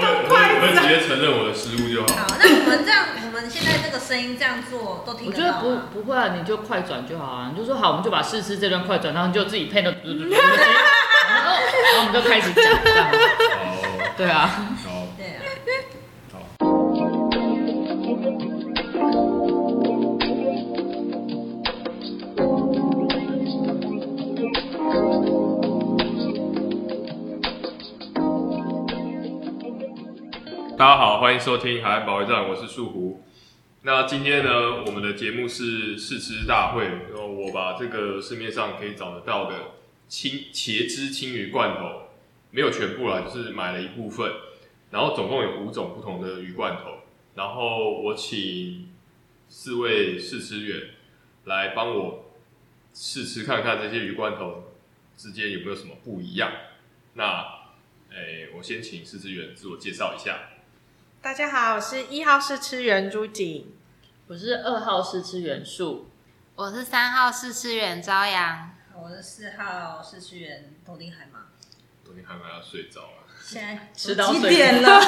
就直接承啊认我的失误就 好。好，那我们这样，我们现在这个声音这样做都听我得觉到得吗？不不会啊，你就快转就好啊，你就说好，我们就把试吃这段快转，然后你就自己配的， 然后然后我们就开始讲，这样好，对啊，好，对啊，好。大家好，欢迎收听海岸保卫战，我是树胡。那今天呢，我们的节目是试吃大会，然后我把这个市面上可以找得到的青茄汁青鱼罐头，没有全部啦，就是买了一部分，然后总共有五种不同的鱼罐头，然后我请四位试吃员来帮我试吃看看这些鱼罐头之间有没有什么不一样。那，诶，我先请试吃员自我介绍一下。大家好，我是一号试吃员朱瑾。我是二号试吃元素，我是三号试吃员朝阳，我是四号市区员头丁海嘛，昨天还没有睡着啊？现在吃到几睡点 了？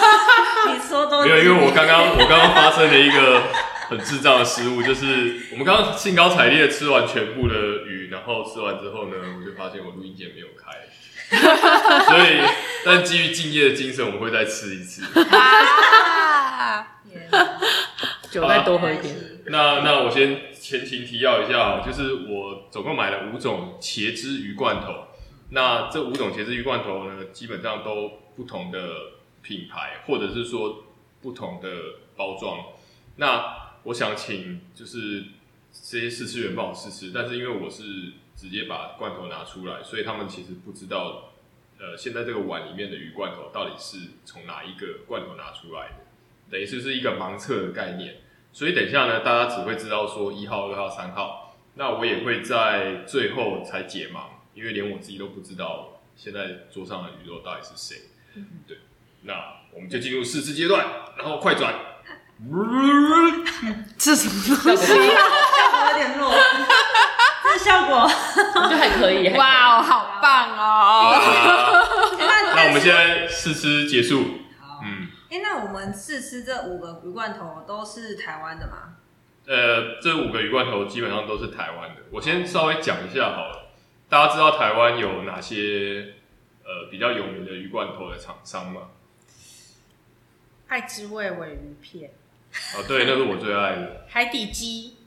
你说都没有，因为我刚刚我刚刚发生了一个很智障的失误，就是我们刚刚兴高采烈地吃完全部的鱼，然后吃完之后呢，我就发现我录音键没有开，所以但基于敬业的精神，我们会再吃一次。啊，也酒再多喝一点。那那我先前情提要一下哦，就是我总共买了五种茄汁鱼罐头。那这五种茄汁鱼罐头呢，基本上都不同的品牌，或者是说不同的包装。那我想请就是这些试吃员帮我试吃，但是因为我是直接把罐头拿出来，所以他们其实不知道，呃，现在这个碗里面的鱼罐头到底是从哪一个罐头拿出来的，等于是是一个盲测的概念。所以等一下呢，大家只会知道说一号、二号、三号。那我也会在最后才解盲，因为连我自己都不知道现在桌上的鱼肉到底是谁。对，那我们就进入试吃阶段，然后快转。这什么东西？效果有点 弱，这效果。我觉得还可 以，哇哦，好棒哦！啊那那我们现在试吃结束。好，嗯，哎，那我们试吃这五个鱼罐头都是台湾的吗？呃，这五个鱼罐头基本上都是台湾的。我先稍微讲一下好了，大家知道台湾有哪些呃比较有名的鱼罐头的厂商吗？爱之味尾鱼片、哦，对，那是我最爱的。海底鸡，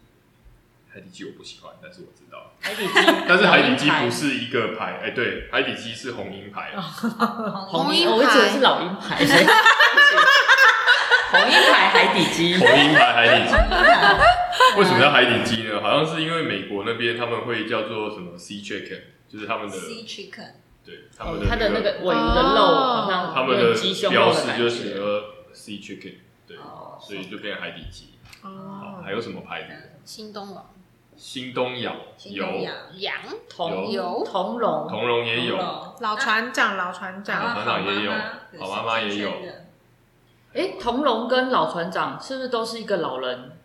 海底鸡我不喜欢，但是我知道，海底鸡，但是海底鸡不是一个牌，哎、对，海底鸡是红鹰牌，红红鹰，鹰哦我一直以为是老鹰 牌，所以红鹰牌海底鸡红鹰牌海底鸡。为什么叫海底鸡呢？好像是因为美国那边他们会叫做什么 sea chicken，就是他们的 Sea Chicken，对他们哦的、它的那个尾鱼的肉哦好像他们有的点鸡胸标肉的识感就觉，写了 sea chicken，对，哦所以就变海底鸡。好，哦，还有什么牌子？新东王新东阳新有，东阳羊铜油铜龙铜龙也有，老船长，老船啊长，好妈妈也有好妈妈也有哎，铜龙跟老船长是不是都是一个老人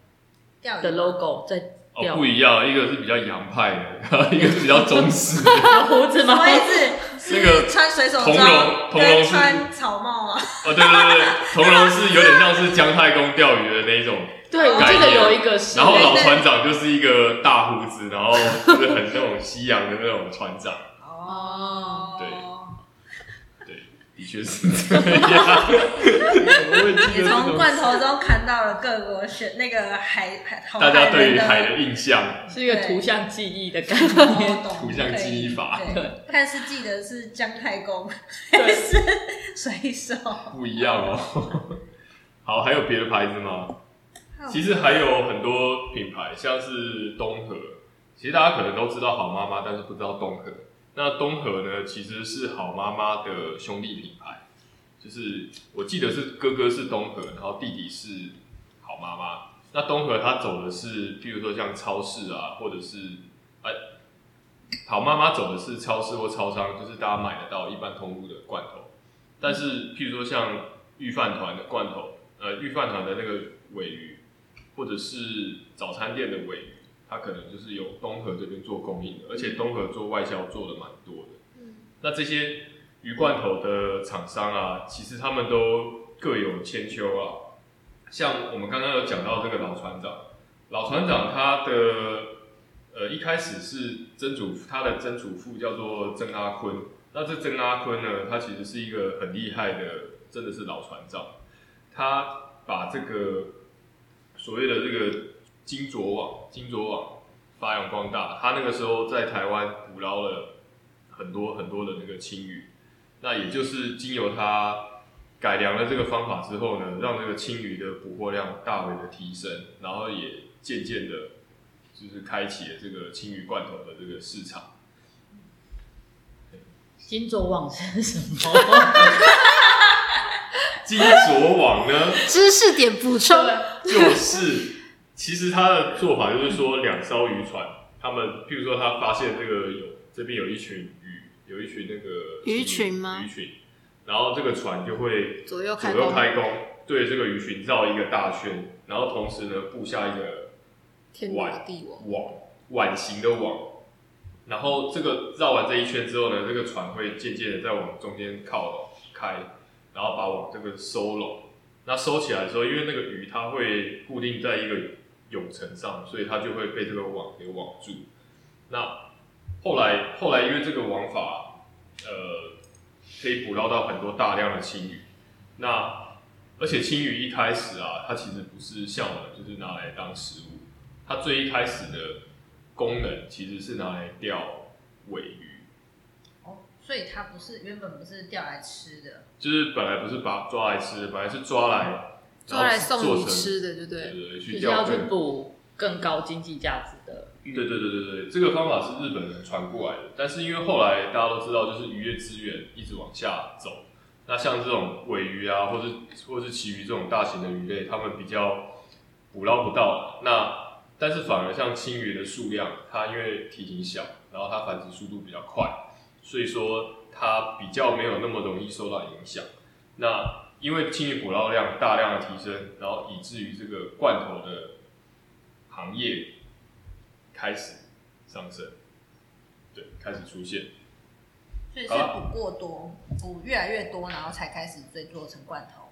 钓鱼的 logo 在哦，钓不一样，一个是比较洋派的， 一个是比较中式的。有胡子什吗么？意思？那个是穿水手铜装锣铜锣跟是穿草帽啊？哦，对对对，对铜锣是有点像是姜太公钓鱼的那一种，对，我记得有一个是然，后老船长就是一个大胡子，然后就是很那种西洋的那种船长，哦，对，的确是这样。 我会记也得这从种罐头中看到了各国选那个海海好大家对于海人的印象， 是一个图像记忆 的感的觉。哦懂图像记忆法可以对，看是记得是姜太公还对，是水手？不一样哦。 好，还有别的牌子吗？其实还有很多品牌，像是东和，其实大家可能都知道好妈妈，但是不知道东和。那东和呢，其实是好妈妈的兄弟品牌，就是我记得是哥哥是东和，然后弟弟是好妈妈。那东和它走的是，譬如说像超市啊，或者是哎，好妈妈走的是超市或超商，就是大家买得到一般通路的罐头。但是譬如说像御饭团的罐头，呃，御饭团的那个尾鱼，或者是早餐店的尾鱼，它可能就是由东河这边做供应的，而且东河做外销做的蛮多的。那这些鱼罐头的厂商啊，其实他们都各有千秋啊。像我们刚刚有讲到这个老船长，老船长他的呃一开始是曾祖父，他的曾祖父叫做曾阿坤。那这曾阿坤呢，他其实是一个很厉害的，真的是老船长。他把这个所谓的这个金卓网、金卓网发扬光大。他那个时候在台湾捕捞了很多很多的那个青鱼，那也就是经由他改良了这个方法之后呢，让这个青鱼的捕获量大为的提升，然后也渐渐的，就是开启了这个青鱼罐头的这个市场。金卓网是什么？金卓网呢？知识点补充， 就是，其实他的做法就是说，两艘渔船，他们譬如说他发现这个有这边有一群鱼，有一群那个鱼群吗鱼群，然后这个船就会左右左开右弓，开弓，对这个鱼群绕一个大圈，然后同时呢布下一个天罗地网，网碗形的网，然后这个绕完这一圈之后呢，这个船会渐渐的再往中间靠开，然后把网这个收拢。那收起来的时候，因为那个鱼它会固定在一个泳层上，所以它就会被这个网给网住。那后来后来因为这个网法，呃，可以捕捞到很多大量的青鱼。那而且青鱼一开始啊，它其实不是像我们就是拿来当食物，它最一开始的功能其实是拿来钓尾鱼，哦，所以它不是原本不是钓来吃的，就是本来不是把它抓来吃，本来是抓来抓来送做你成吃的，对不对对？对对，去就是钓要这去个补更高经济价值的鱼。对对对对对，这个方法是日本人传过来的，但是因为后来大家都知道，就是渔业资源一直往下走，那像这种尾鱼啊，或是或是旗鱼这种大型的鱼类，他们比较捕捞不到了。那但是反而像青鱼的数量，它因为体型小，然后它繁殖速度比较快，所以说它比较没有那么容易受到影响。那因为青鱼捕捞量大量的提升，然后以至于这个罐头的行业开始上升，对，开始出现。所以是好了捕过多，捕越来越多，然后才开始最做成罐头。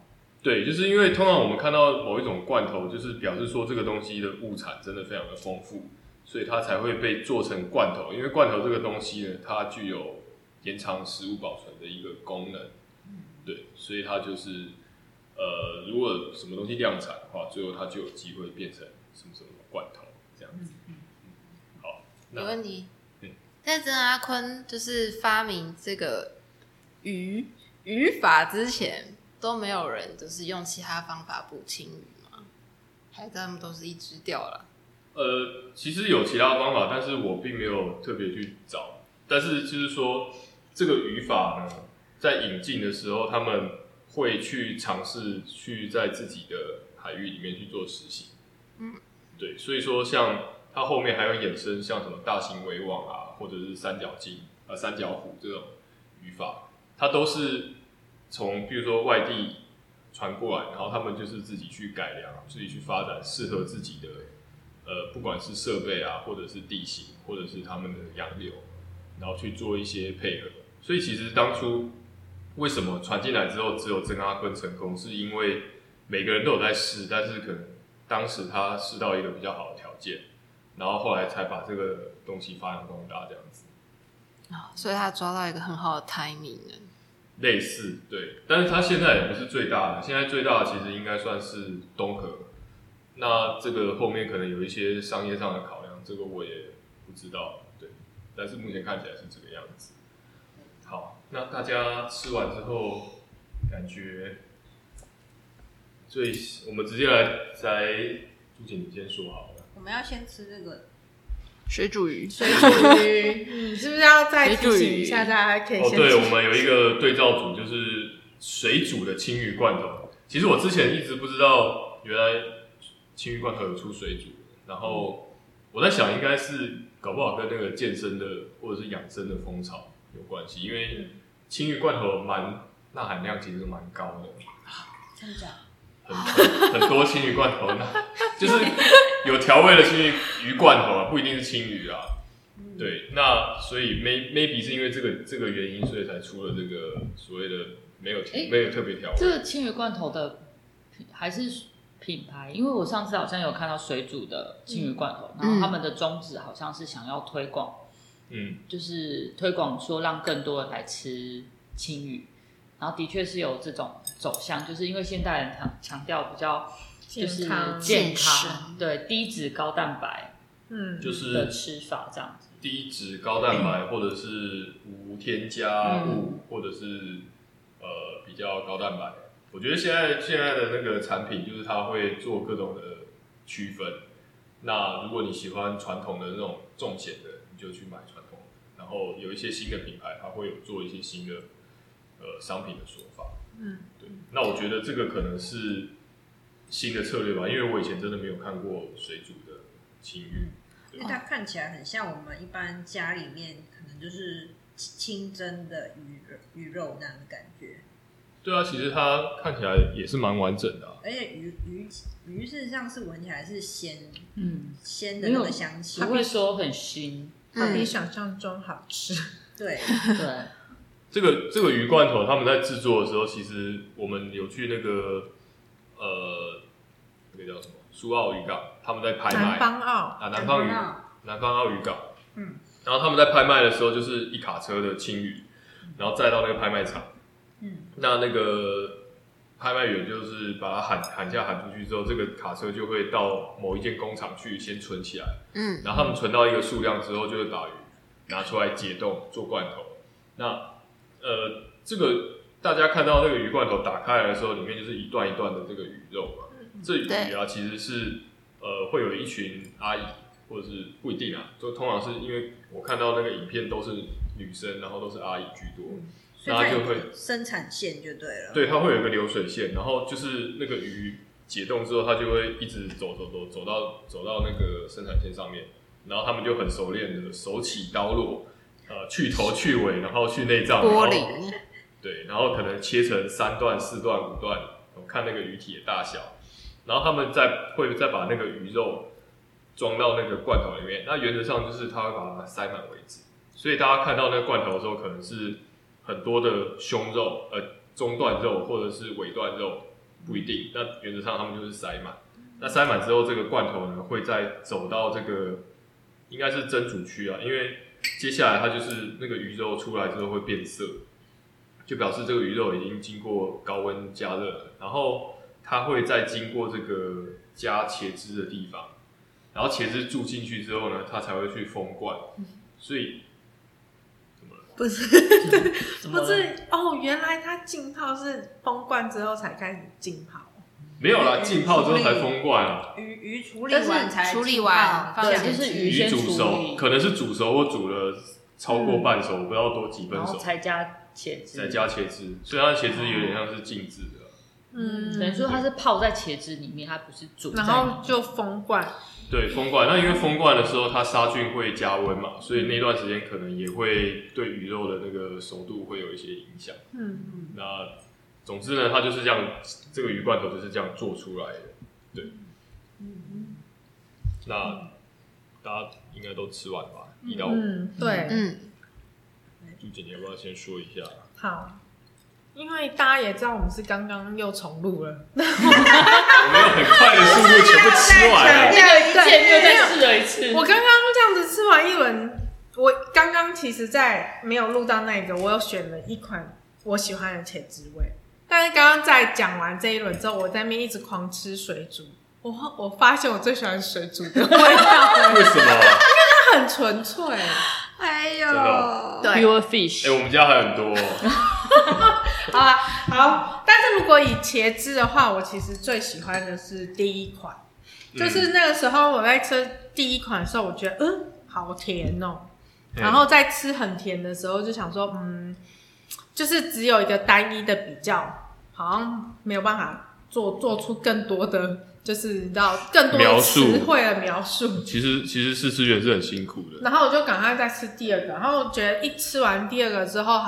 对，就是因为通常我们看到某一种罐头，就是表示说这个东西的物产真的非常的丰富，所以它才会被做成罐头。因为罐头这个东西呢，它具有延长食物保存的一个功能，对，所以它就是呃，如果什么东西量产的话，最后它就有机会变成什么什么罐头这样子。那有问题嗯。在曾阿坤就是发明这个语语法之前，都没有人就是用其他方法捕青鱼吗？还是他们都是一只钓了？呃，其实有其他方法，但是我并没有特别去找。但是就是说，这个语法呢，在引进的时候，他们会去尝试去在自己的海域里面去做实行。嗯，对，所以说像它后面还有衍生像什么大型围网啊，或者是三角鲸啊、三角虎这种语法，它都是从比如说外地传过来，然后他们就是自己去改良，自己去发展适合自己的呃，不管是设备啊，或者是地形，或者是他们的洋流，然后去做一些配合。所以其实当初为什么传进来之后只有曾阿坤成功，是因为每个人都有在试，但是可能当时他试到一个比较好的条件，然后后来才把这个东西发扬光大这样子。所以他抓到一个很好的 timing 呢类似对，但是它现在也不是最大的，现在最大的其实应该算是东河。那这个后面可能有一些商业上的考量，这个我也不知道，对。但是目前看起来是这个样子。好，那大家吃完之后感觉最，我们直接来来，朱姐你先说好了。我们要先吃这个，水煮鱼，水煮鱼，你是不是要再提醒一下大家？可以哦，先对，吃我们有一个对照组，就是水煮的青鱼罐头。其实我之前一直不知道，原来青鱼罐头有出水煮。然后我在想，应该是搞不好跟那个健身的或者是养生的风潮有关系，因为青鱼罐头蛮钠含量其实蛮高的。真的假的？很很很多青鱼罐头呢，就是有调味的青鱼鱼罐头啊，不一定是青鱼啊。嗯对，那所以 may maybe 是因为这个这个原因，所以才出了这个所谓的没有、诶没有特别调味。这个青鱼罐头的品还是品牌，因为我上次好像有看到水煮的青鱼罐头，然后他们的宗旨好像是想要推广，嗯，就是推广说让更多人来吃青鱼，然后的确是有这种走向，就是因为现代人强强调比较就是健康健健身康，对低脂高蛋白嗯，就的是吃法这样子。低脂高蛋白，或者是无添加物，或者是呃比较高蛋白。我觉得现在现在的那个产品，就是它会做各种的区分。那如果你喜欢传统的那种重咸的，你就去买传统的。然后有一些新的品牌，它会有做一些新的呃商品的说法。嗯，对。那我觉得这个可能是新的策略吧，因为我以前真的没有看过水煮的青鱼。因为它看起来很像我们一般家里面可能就是清蒸的鱼肉鱼肉那样的感觉，对啊，其实它看起来也是蛮完整的、啊。而且鱼鱼鱼事实上是闻起来是鲜嗯，鲜的那个香气不，会说很腥，它比嗯想象中好吃。对， 对，这个这个鱼罐头，他们在制作的时候，其实我们有去那个呃，那个叫什么苏澳渔港，他们在拍卖南方澳，啊南方渔澳南方澳渔港，嗯，然后他们在拍卖的时候，就是一卡车的青鱼，然后载到那个拍卖场，嗯，那那个拍卖员就是把它喊喊价喊出去之后，这个卡车就会到某一间工厂去先存起来。嗯，然后他们存到一个数量之后，就会把鱼拿出来解冻做罐头。那呃，这个大家看到那个鱼罐头打开来的时候，里面就是一段一段的这个鱼肉嘛。这鱼啊，其实是呃会有一群阿姨，或者是不一定啊，就通常是因为我看到那个影片都是女生，然后都是阿姨居多。所以然后它就有会个生产线就对了，对，它会有一个流水线，然后就是那个鱼解冻之后，它就会一直走走走走到走到那个生产线上面，然后他们就很熟练的手起刀落，呃，去头去尾，然后去内脏，玻然后璃，对，然后可能切成三段、四段、五段，我看那个鱼体的大小，然后他们再会再把那个鱼肉装到那个罐头里面，那原则上就是他会把它塞满为止。所以大家看到那个罐头的时候，可能是很多的胸肉、呃中段肉或者是尾段肉，不一定。那原则上他们就是塞满。那塞满之后，这个罐头呢会再走到这个应该是蒸煮区啊，因为接下来它就是那个鱼肉出来之后会变色，就表示这个鱼肉已经经过高温加热了。然后它会再经过这个加茄汁的地方，然后茄汁注进去之后呢，它才会去封罐。所以不是怎么不了是哦，原来它浸泡是封罐之后才开始浸泡。没有啦，浸泡之后才封罐啊。鱼鱼处理但是完才处理浸完泡放对，下就去是鱼鱼先煮处熟，理，可能是煮熟或煮了超过半熟，我不知道多几分嗯然后熟，才加茄子，再加茄汁。所以它的茄汁有点像是静置的，嗯，等于说它是泡在茄汁里面，它不是煮在然里面。后就封罐，对，封罐。那因为封罐的时候，它杀菌会加温嘛，所以那段时间可能也会对鱼肉的那个熟度会有一些影响。嗯，那总之呢，它就是这样，这个鱼罐头就是这样做出来的。对，嗯那大家应该都吃完吧？一到五，嗯，对，嗯，朱姐你要不要先说一下？好，因为大家也知道我们是刚刚又重录了，我没有很快的速度全部吃完 了。那个一对见又再试了一次，我刚刚这样子吃完一轮，我刚刚其实，在没有录到那个，我有选了一款我喜欢的茄汁味，但是刚刚在讲完这一轮之后，我在那边一直狂吃水煮，我我发现我最喜欢水煮的味 道，为什么？哎、它很纯粹，哎呦真的哦对， pure fish，我们家还很多。好啦，好，但是如果以茄汁的话，我其实最喜欢的是第一款， 嗯就是那个时候我在吃第一款的时候，我觉得嗯，好甜哦、嗯然后在吃很甜的时候，就想说嗯，就是只有一个单一的比较，好像没有办法做做出更多的，就是你知道更多描的述词汇的描述。其实其实试吃员是很辛苦的，然后我就赶快再吃第二个，然后我觉得一吃完第二个之后，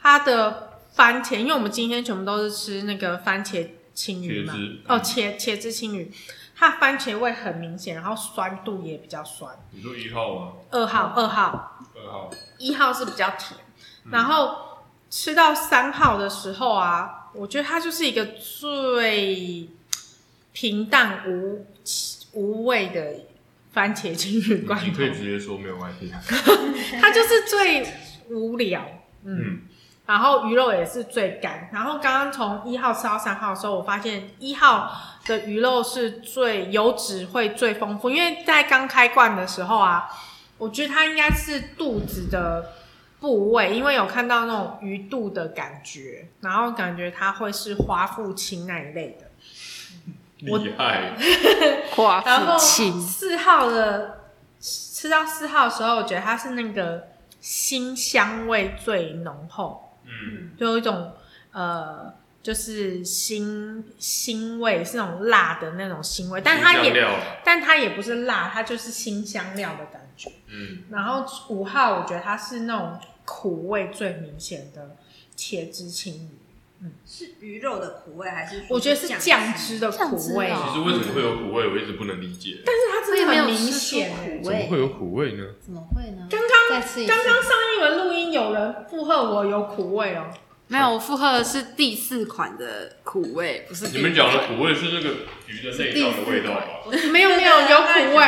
它的番茄，因为我们今天全部都是吃那个番茄青鱼嘛茄汁，嗯哦，茄茄汁青鱼，它番茄味很明显，然后酸度也比较酸。你说一号吗？二号，嗯二号，二号，一号是比较甜，嗯然后吃到三号的时候啊，我觉得它就是一个最平淡无无味的番茄青鱼罐你头可，以直接说没有关系。啊它就是最无聊，嗯嗯，然后鱼肉也是最干。然后刚刚从一号吃到三号的时候，我发现一号的鱼肉是最油脂会最丰富，因为在刚开罐的时候啊，我觉得它应该是肚子的部位，因为有看到那种鱼肚的感觉，然后感觉它会是花腹青那一类的。我嗯厉害，夸然后父亲，四号的吃到四号的时候，我觉得它是那个腥香味最浓厚。嗯，就有一种呃，就是腥腥味，是那种辣的那种腥味，但它香也料，啊但它也不是辣，它就是辛香料的感觉。嗯，然后五号，我觉得它是那种苦味最明显的茄汁青鱼，是鱼肉的苦味还是？我觉得是酱汁的。的苦味，酱其汁哦实为什么会有苦味，我一直不能理解。但是它我也真的没很有明吃显出欸。苦味，苦味呢？怎么会呢？刚再吃一次刚刚上一轮录音有人附和我有苦味 哦，没有，我附和的是第四款的苦味，不是 第你们讲的苦味是那个鱼的内脏的味道吧？没有没有有苦味。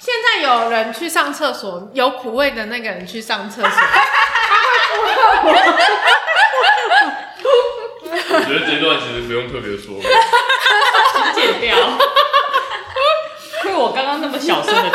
现在有人去上厕所，有苦味的那个人去上厕所，我觉得这段其实不用特别说，剪掉。 亏我刚刚那么小声的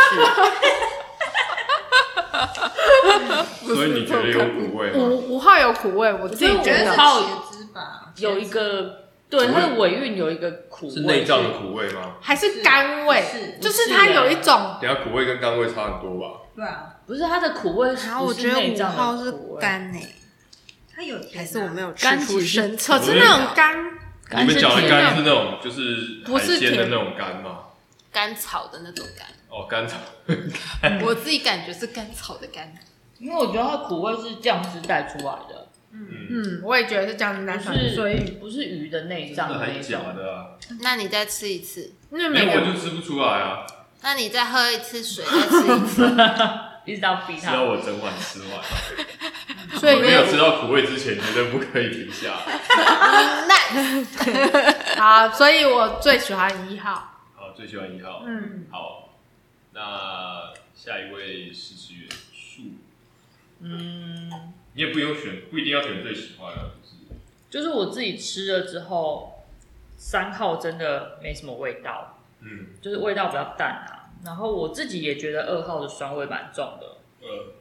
去，所以你觉得有苦味吗？五五号有苦味，我自己我觉觉觉得得得。茄汁吧，有一个对它的尾韵有一个苦味，是内脏的苦味吗？还是甘味是，是就是它有一种等一下苦味跟甘味差很多吧？对啊，不是它的苦味，然后我觉不得内五脏的号是苦味，干欸诶、它有甜、啊，还是我没有吃干出其实生可可是那种甘你干们是讲的甜甘是那种就是海鲜的那种甘吗？甘草的那种干，哦，甘草，我自己感觉是甘草的甘。因为我觉得它的苦味是酱汁带出来的，嗯，嗯，我也觉得是这样子单不传，所是以不是鱼的内真脏的的还那种假。的啊？那你再吃一次，因为没每有我个就吃不出来啊，那你再喝一次水，再吃一次。一直到逼直到他，我整碗吃完。所以没有吃到苦味之前，绝对不可以停下。啊，所以我最喜欢一号。好，最喜欢一号。嗯，好，那下一位试吃元素，嗯，你也不用选，不一定要选最喜欢啊，就是就是我自己吃了之后，三号真的没什么味道，嗯就是味道比较淡啊。然后我自己也觉得二号的酸味蛮重的，呃，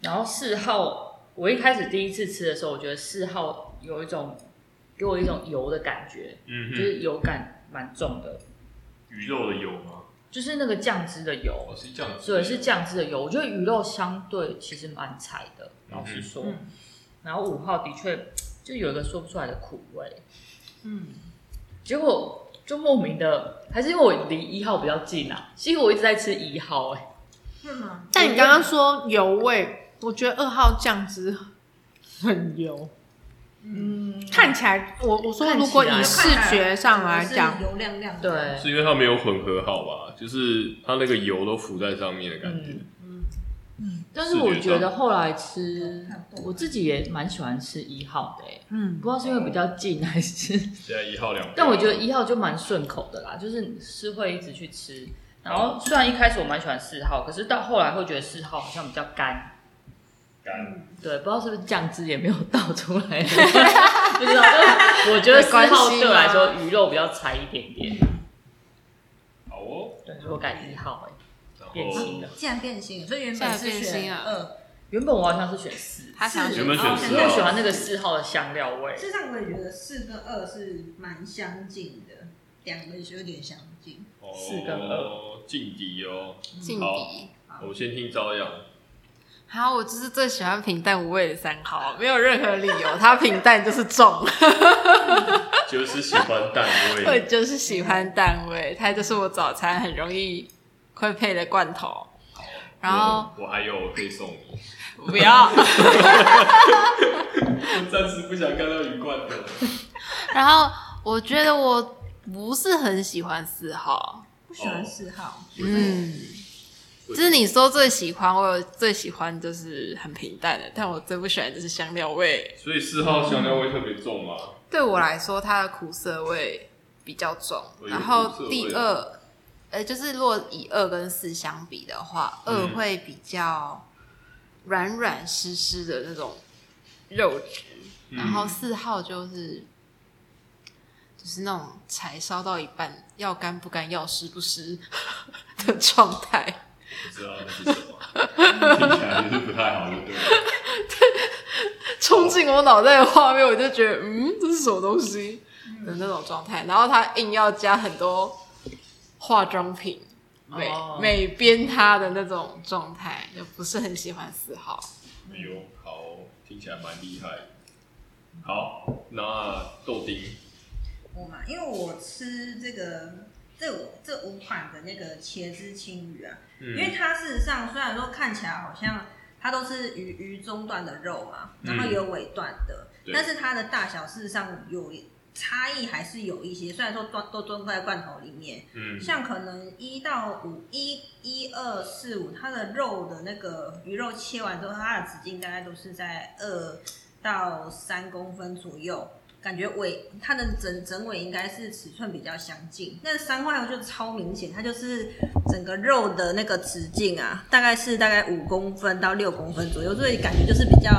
然后四号，我一开始第一次吃的时候，我觉得四号有一种给我一种油的感觉，嗯就哼，是油感蛮重的，鱼肉的油吗？就是那个酱汁的油哦，，是这样子，对，是酱汁的油。我觉得鱼肉相对其实蛮柴的，老实说。嗯然后五号的确就有一个说不出来的苦味，嗯，结果就莫名的，还是因为我离一号比较近啊，其实我一直在吃一号、哎，哦是吗？但你刚刚说油味，我觉得二号酱汁很油，嗯，看起来我我说如果以看视起来觉上来讲是，油亮亮的，对，是因为它没有混合好吧？就是它那个油都浮在上面的感觉。嗯但是我觉得后来吃，我自己也蛮喜欢吃一号的、欸，嗯不知道是因为比较近还是， 现在一号两，但我觉得一号就蛮顺口的啦，就是是会一直去吃。然后虽然一开始我蛮喜欢四号，可是到后来会觉得四号好像比较干，干，对，不知道是不是酱汁也没有倒出来，不知道。就是我觉得四号对我来说鱼肉比较柴一点点，好哦，对，所以我改一号、欸，然变后心了。竟然变心了，所以原本是竟然变选心啊二，原本我好像是选四，他想原本选哦四因为我喜欢那个四号的香料味，事实上我也觉得四跟二是蛮相近的，两个是有点相近。四嗯跟哦，劲敌哦，劲敌。我先听朝阳，然后我就是最喜欢平淡无味的三号，没有任何理由，它平淡就是重，就是喜欢淡我 味，就是喜欢淡味，它就是我早餐很容易会配的罐头。然后我我还有可以送你。不要， 我暂时不想看到鱼罐头。然后我觉得我不是很喜欢四号，不喜欢四号，嗯，对就是你说最喜欢，我有最喜欢就是很平淡的，但我最不喜欢就是香料味。所以四号香料味特别重嘛，对我来说，它的苦涩味比较重我。以为然苦涩后味第二，呃，就是如果以二跟四相比的话，嗯二会比较软软湿湿的那种肉质，嗯然后四号就是。就是那种柴烧到一半，要干不干，要湿不湿 的状态。不知道那是什么， 听起来就是不太好，就对了。冲进我脑袋的画面，我就觉得嗯，这是什么东西的那种状态。然后他硬要加很多化妆品，美、哦美编他的那种状态，就不是很喜欢四号。哎呦，好，听起来蛮厉害的。好，那豆丁，我嘛，因为我吃这个这五这五款的那个茄汁青鱼啊，因为嗯，它事实上虽然说看起来好像它都是鱼鱼中段的肉嘛，然后嗯也有尾段的，对但是它的大小事实上有差异还是有一些，虽然说装都装在罐头里面，嗯，像可能一到五一一二四五，它的肉的那个鱼肉切完之后，它的直径大概都是在二到三公分左右，感觉尾它的整整尾应该是尺寸比较相近。那三块肉就超明显，它就是整个肉的那个直径啊，大概是大概五公分到六公分左右，所以感觉就是比较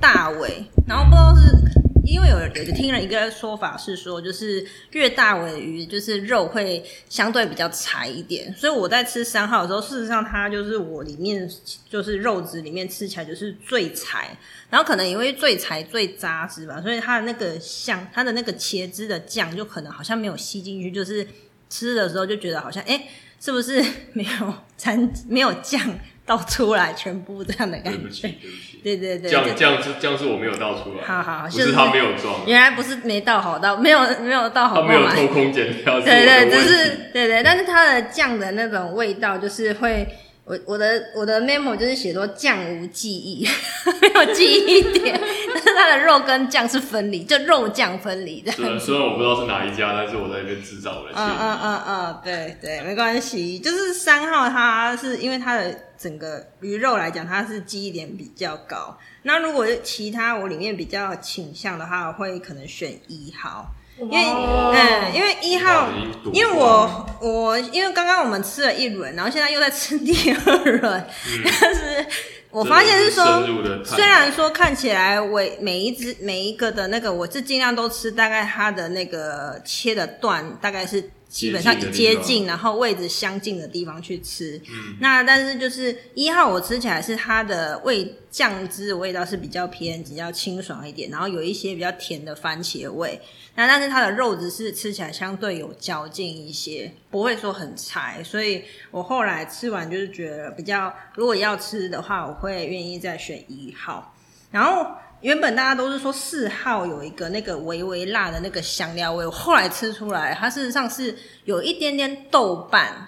大尾。然后不知道是因为有有听了一个说法是说，就是越大尾鱼就是肉会相对比较柴一点，所以我在吃三号的时候，事实上它就是我里面就是肉质里面吃起来就是最柴，然后可能因为最柴最扎实吧，所以它的那个香，它的那个茄汁的酱就可能好像没有吸进去，就是吃的时候就觉得好像哎、诶是不是没有沾没有酱倒出来全部这样的感对不起，觉？对不起，对哎对对，就酱酱是酱是我没有倒出来，好好好不就是是他没有装，原来不是没倒好倒，没有没有倒好他过哦没有来。偷工减料，我对的问对，只题是对对，但是它的酱的那种味道，就是会我我的我的 memo 就是写说酱无记忆， 没有记忆点， 但是它的肉跟酱是分离，就肉酱分离的。虽然虽然我不知道是哪一家，但是我在那边制造我的嗯歉嗯意。嗯嗯，对对，没关系。就是三号，它是因为它的整个鱼肉来讲，它是记忆点比较高。那如果是其他我里面比较倾向的话，我会可能选一号，因为、哇嗯，因为一号已经读完了因为我我因为刚刚我们吃了一轮，然后现在又在吃第二轮， 但是我发现是这个说深，入的探讨虽然说看起来我每一只每一个的那个，我是尽量都吃，大概它的那个切的段大概是基本上接近的地接方近，然后位置相近的地方去吃。嗯那但是就是一号我吃起来是它的味酱汁的味道是比较偏比较清爽一点，然后有一些比较甜的番茄味。那但是它的肉质是吃起来相对有嚼劲一些，不会说很柴，所以我后来吃完就是觉得比较，如果要吃的话，我会愿意再选一号。然后原本大家都是说四号有一个那个微微辣的那个香料味，我后来吃出来，它事实上是有一点点豆瓣，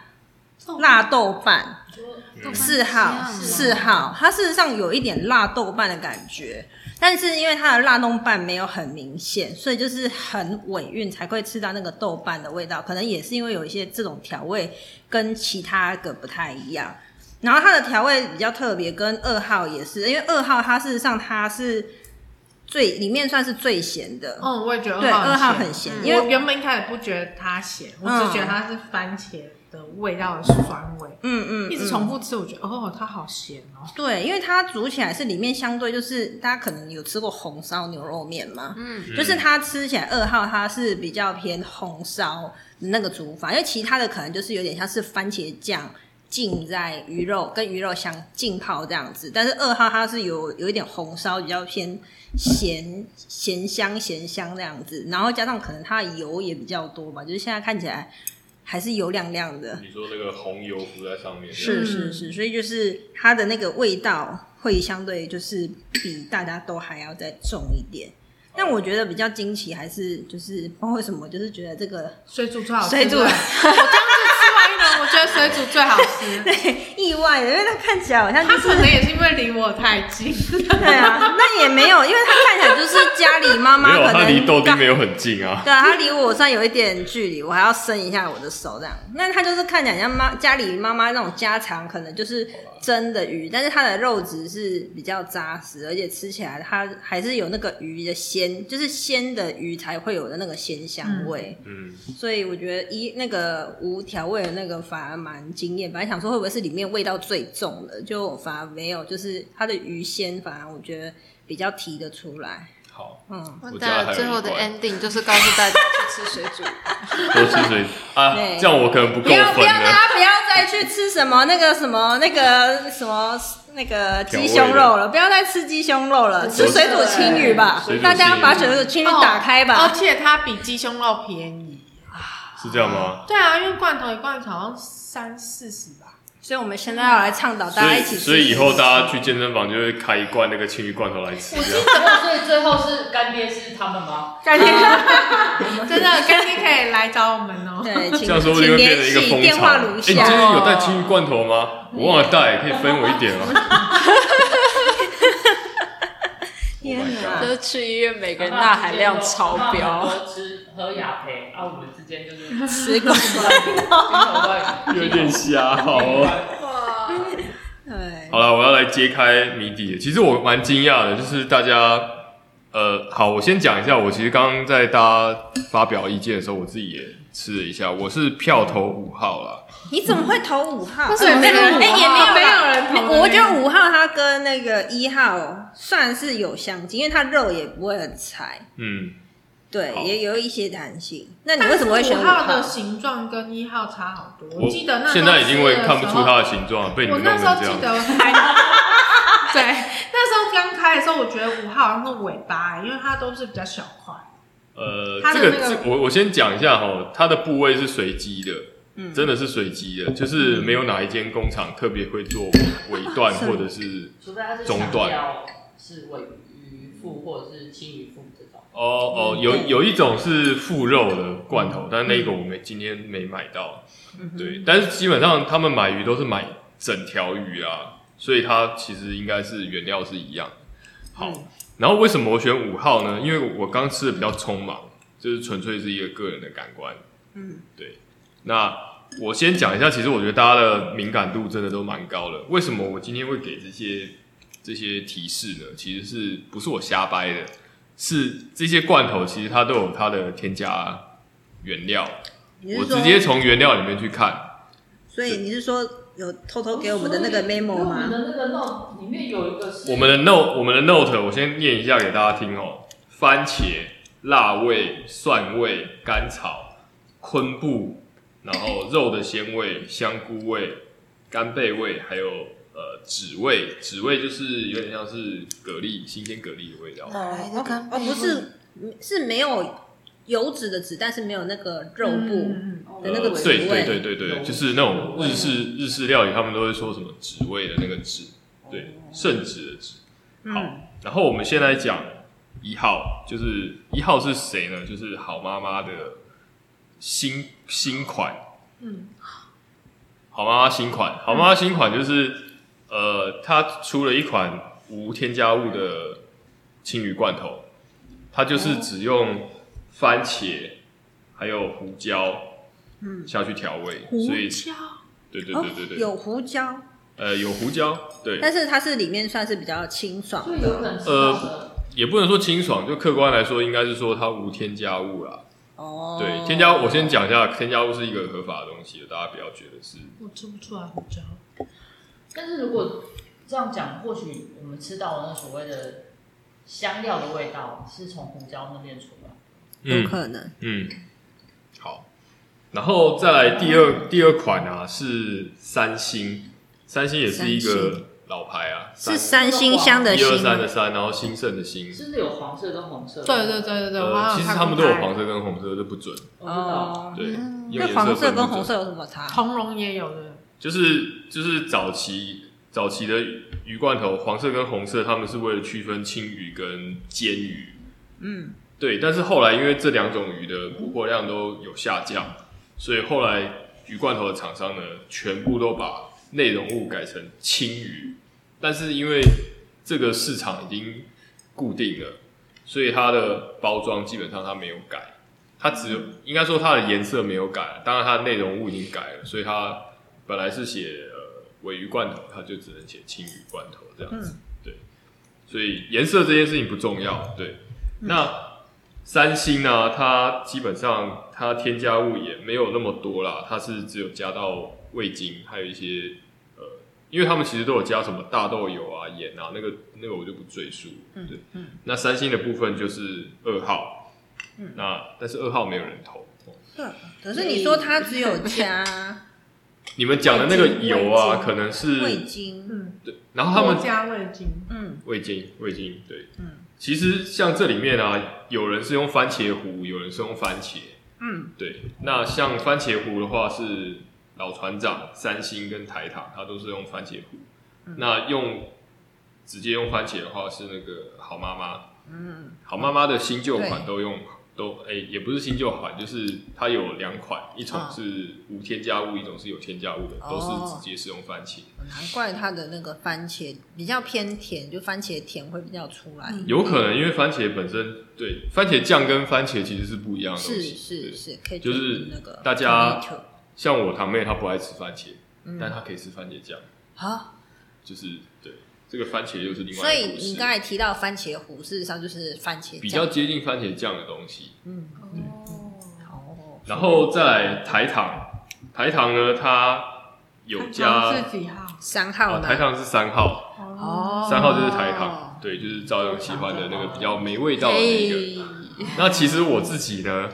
辣豆瓣。嗯四号，四号，它事实上有一点辣豆瓣的感觉，但是因为它的辣豆瓣没有很明显，所以就是很尾韵才会吃到那个豆瓣的味道。可能也是因为有一些这种调味跟其他个不太一样。然后它的调味比较特别，跟二号也是，因为二号它事实上它是最里面算是最咸的，嗯，我也觉得对，哦二号很咸，咸，嗯因为我原本一开始不觉得它咸，我只觉得它是番茄的味道的酸味。嗯嗯，一直嗯重复吃，我觉得哦，它好咸哦。对，因为它煮起来是里面相对就是大家可能有吃过红烧牛肉面嘛，嗯，就是它吃起来二号它是比较偏红烧的那个煮法，因为其他的可能就是有点像是番茄酱浸在鱼肉跟鱼肉相浸泡这样子，但是二号它是有有一点红烧，比较偏咸咸香咸香那样子，然后加上可能它的油也比较多吧，就是现在看起来还是油亮亮的，你说那个红油浮在上面，是嗯是是，所以就是它的那个味道会相对就是比大家都还要再重一点。但我觉得比较惊奇还是就是不知道为什么，就是觉得这个水煮最好吃。水煮对不对我刚刚吃完一轮，我觉得水煮最好吃。对一意外的，因为它看起来好像就他是可能也是因为离我太近， 对啊，那也没有，因为它看起来就是家里妈妈没有，可它能离豆丁刚没有很近啊。对啊，他离我算有一点距离，我还要伸一下我的手这样。那他就是看起来像妈家里妈妈那种家常，可能就是蒸的鱼，但是它的肉质是比较扎实，而且吃起来它还是有那个鱼的鲜，就是鲜的鱼才会有的那个鲜香味。嗯，所以我觉得一那个无调味的那个反而蛮惊艳。本来想说会不会是里面味道最重的，就反而没有，就是它的鱼鲜反而我觉得比较提得出来。 好，嗯，完我家蛋还有了，最一后的罐 ending 就是告诉大家去吃水煮。多吃水啊，对这样我可能不不够要不分要了。大家不要再去吃什么那个什么那个什么那个鸡胸肉了，不要再吃鸡胸肉了，吃水煮青鱼吧水煮青。鱼大家把水煮青鱼打开而吧。且它比鸡胸肉便宜。是这样吗？对啊，因为罐头一罐好像三四十吧。所以我们现在要来倡导所大家以一起吃。所以以后大家去健身房就会开一罐那个青鱼罐头来吃，这样所以最后是干爹是他们吗？改天， 真的改天可以来找我们哦。 对，请这样说不定请会变联成一个系风电话潮。哎，如你今天下。有带青鱼罐头吗？我忘了带，可以分我一点 吗？天哪就是去医院，每个人钠含量超 标。喝吃喝雅培啊，我们之间就是吃过有点瞎，好哦。对，好了，我要来揭开谜底了。其实我蛮惊讶的，就是大家，呃，好，我先讲一下，我其实刚刚在大家发表意见的时候，我自己也吃了一下，我是票投五号啦。你怎么会投五号？为什么哎是五哎也号没有没有吧人投的我觉得五号它跟那个一号算是有相近，因为它肉也不会很柴，嗯，对好，也有一些弹性。那你为什么会选五五号号的形状跟一号差好多？我记得那时候现在已经我也吃的看不时出候它的形状了，被你我们弄那时候成记这样。得还， 对，那时候刚开的时候，我觉得五号好像是尾巴、因为它都是比较小块。呃，它的这个那个这我我先讲一下哈，它的部位是随机的。嗯真的是随机的，就是嗯没有哪一间工厂特别会做尾段 或者是除非他是中想段要是尾鱼腹或者是青鱼腹这种。哦哦，有有一种是副肉的罐头，但那个我们今天没买到。对，但是基本上他们买鱼都是买整条鱼啊，所以它其实应该是原料是一样的。好，然后为什么我选五号呢？因为我刚吃的比较匆忙，就是纯粹是一个个人的感官。嗯，对。那我先讲一下，其实我觉得大家的敏感度真的都蛮高的。为什么我今天会给这些这些提示呢？其实是不是我瞎掰的？是这些罐头其实它都有它的添加原料，你我是说直接从原料里面去看。所以你是说有偷哦偷哦给我们的那个 memo 我们吗？的那个 note 里面有一个是我们的 note，我们的 note，我先念一下给大家听哦。番茄、辣味、蒜味、甘草、昆布，然后肉的鲜味、香菇味、干贝味，还有呃纸味。纸味就是有点像是蛤蜊，新鲜蛤蜊的味道。哦来的干哦，贝不是，是没有油脂的脂，但是没有那个肉嗯部。嗯哦的那个呃纸对味对对对对，就是那种日式日式料理，他们都会说什么纸味的那个纸，对，哦圣旨的旨。嗯好，然后我们现在讲一号，就是一号是谁呢？就是好妈妈的新新款，嗯，好妈妈新款，好妈妈新款就是呃，它出了一款无添加物的青鱼罐头，它就是只用番茄还有胡椒，嗯下去调味，胡所以椒对对哦对对，对，有胡椒，呃有胡椒，对，但是它是里面算是比较清爽就有可的能是它的也不能说清爽，就客观来说，应该是说它无添加物啦。哦。对，添加我先讲一下，添加物是一个合法的东西，大家不要觉得是。我吃不出来胡椒。但是如果这样讲，或许我们吃到的那所谓的香料的味道是从胡椒那边出来。有可能。嗯，好，然后再来第二第二款啊是三星，三星也是一三个星老牌啊，是三星香的一星二三的三，然后兴盛的兴。是不是有黄色跟红色？对对，对对对，我好呃，像其有实看他们都过有它黄色跟红色，这不准。我不知道。对，嗯因为哦那颜黄色色分不准跟红色有什么差？红龙也有的，就是就是早期早期的鱼罐头，黄色跟红色，他们是为了区分青鱼跟煎鱼。嗯，对，但是后来因为这两种鱼的捕获量都有下降，所以后来鱼罐头的厂商呢，全部都把内容物改成青鱼，但是因为这个市场已经固定了，所以它的包装基本上它没有改，它只有应该说它的颜色没有改，当然它的内容物已经改了，所以它本来是写呃尾鱼罐头，它就只能写青鱼罐头这样嗯子，对，所以颜色这件事情不重要，对，嗯那。三星呢、它基本上它添加物也没有那么多啦，它是只有加到味精，还有一些呃，因为他们其实都有加什么大豆油啊、盐啊，那个那个我就不赘述。对，嗯那三星的部分就是二号，那但是二号没有人投。哦对，可是你说它只有加你们讲的那个油啊，味精可能味是精，嗯，对，然后他们多加味精，嗯，味精，味精，对，嗯，其实像这里面啊，有人是用番茄糊，有人是用番茄，嗯，对，那像番茄糊的话是老船长、三星跟台糖，它都是用番茄糊。嗯那用直接用番茄的话是那个好妈妈，嗯，好妈妈的新旧款对都用都哎、也不是新旧款，就是它有两款，一种啊是无添加物，一种是有添加物的，都是哦直接是用番茄。难怪它的那个番茄比较偏甜，就番茄甜会比较出来。嗯有可能因为番茄本身对番茄酱跟番茄其实是不一样的东是西，对是是，可以就是那个大家 tomato 像我堂妹她不爱吃番茄，嗯但她可以吃番茄酱，好，就是对这个番茄又是另所外一以个故事你刚才提到番茄糊，事实上就是番茄比较酱。接近番茄酱的东西。嗯，嗯哦，哦，然后再来台糖，台糖呢它有加是几号？三啊号呢台？糖是三号，哦，三号就是台糖，对，就是赵勇喜欢的那个比较没味哎道的那个。那其实我自己呢，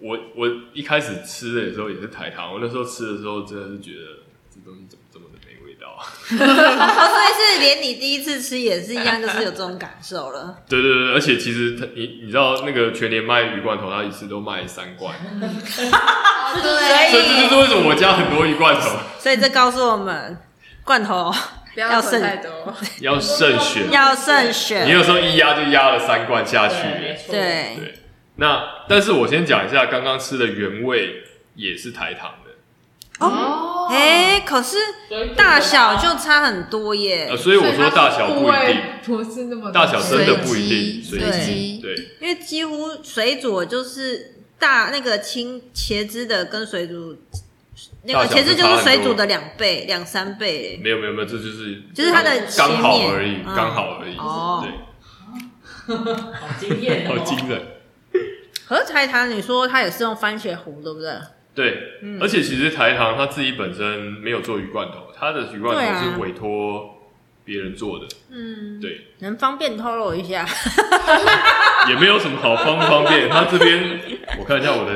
我我一开始吃的时候也是台糖，我那时候吃的时候真的是觉得这东西怎么这么的没味道啊？ 哦，所以是连你第一次吃也是一样，就是有这种感受 了。对对对，而且其实它你你知道那个全年卖鱼罐头，它一次都卖三罐，嗯对，所以这就是为什么我家很多鱼罐头 所以这告诉我们，罐头不要囤太多，要慎选。要慎你 选。有时候一压就压了三罐下去对，没了。错，对，对，那但是我先讲一下刚刚吃的原味也是台糖的，哦，哎，可是所以大小就差很多耶呃，。所以我说大小不一定，定，不是那么大小真的不一定，随随机随机机对。因为几乎水煮就是大那个青茄汁的跟水煮那大个小茄汁就差是很水煮多的两倍两三倍，没有没有没有，这就是就是它的刚切好面而已，嗯刚好而已。哦对，好惊艳哦，好惊人。可是台糖你说它也是用番茄糊对不对？对，嗯而且其实台糖它自己本身没有做鱼罐头，它的鱼罐对啊头是委托别人做的，嗯，对，能方便透露一下？也没有什么好方不方便。它这 边我看一下我的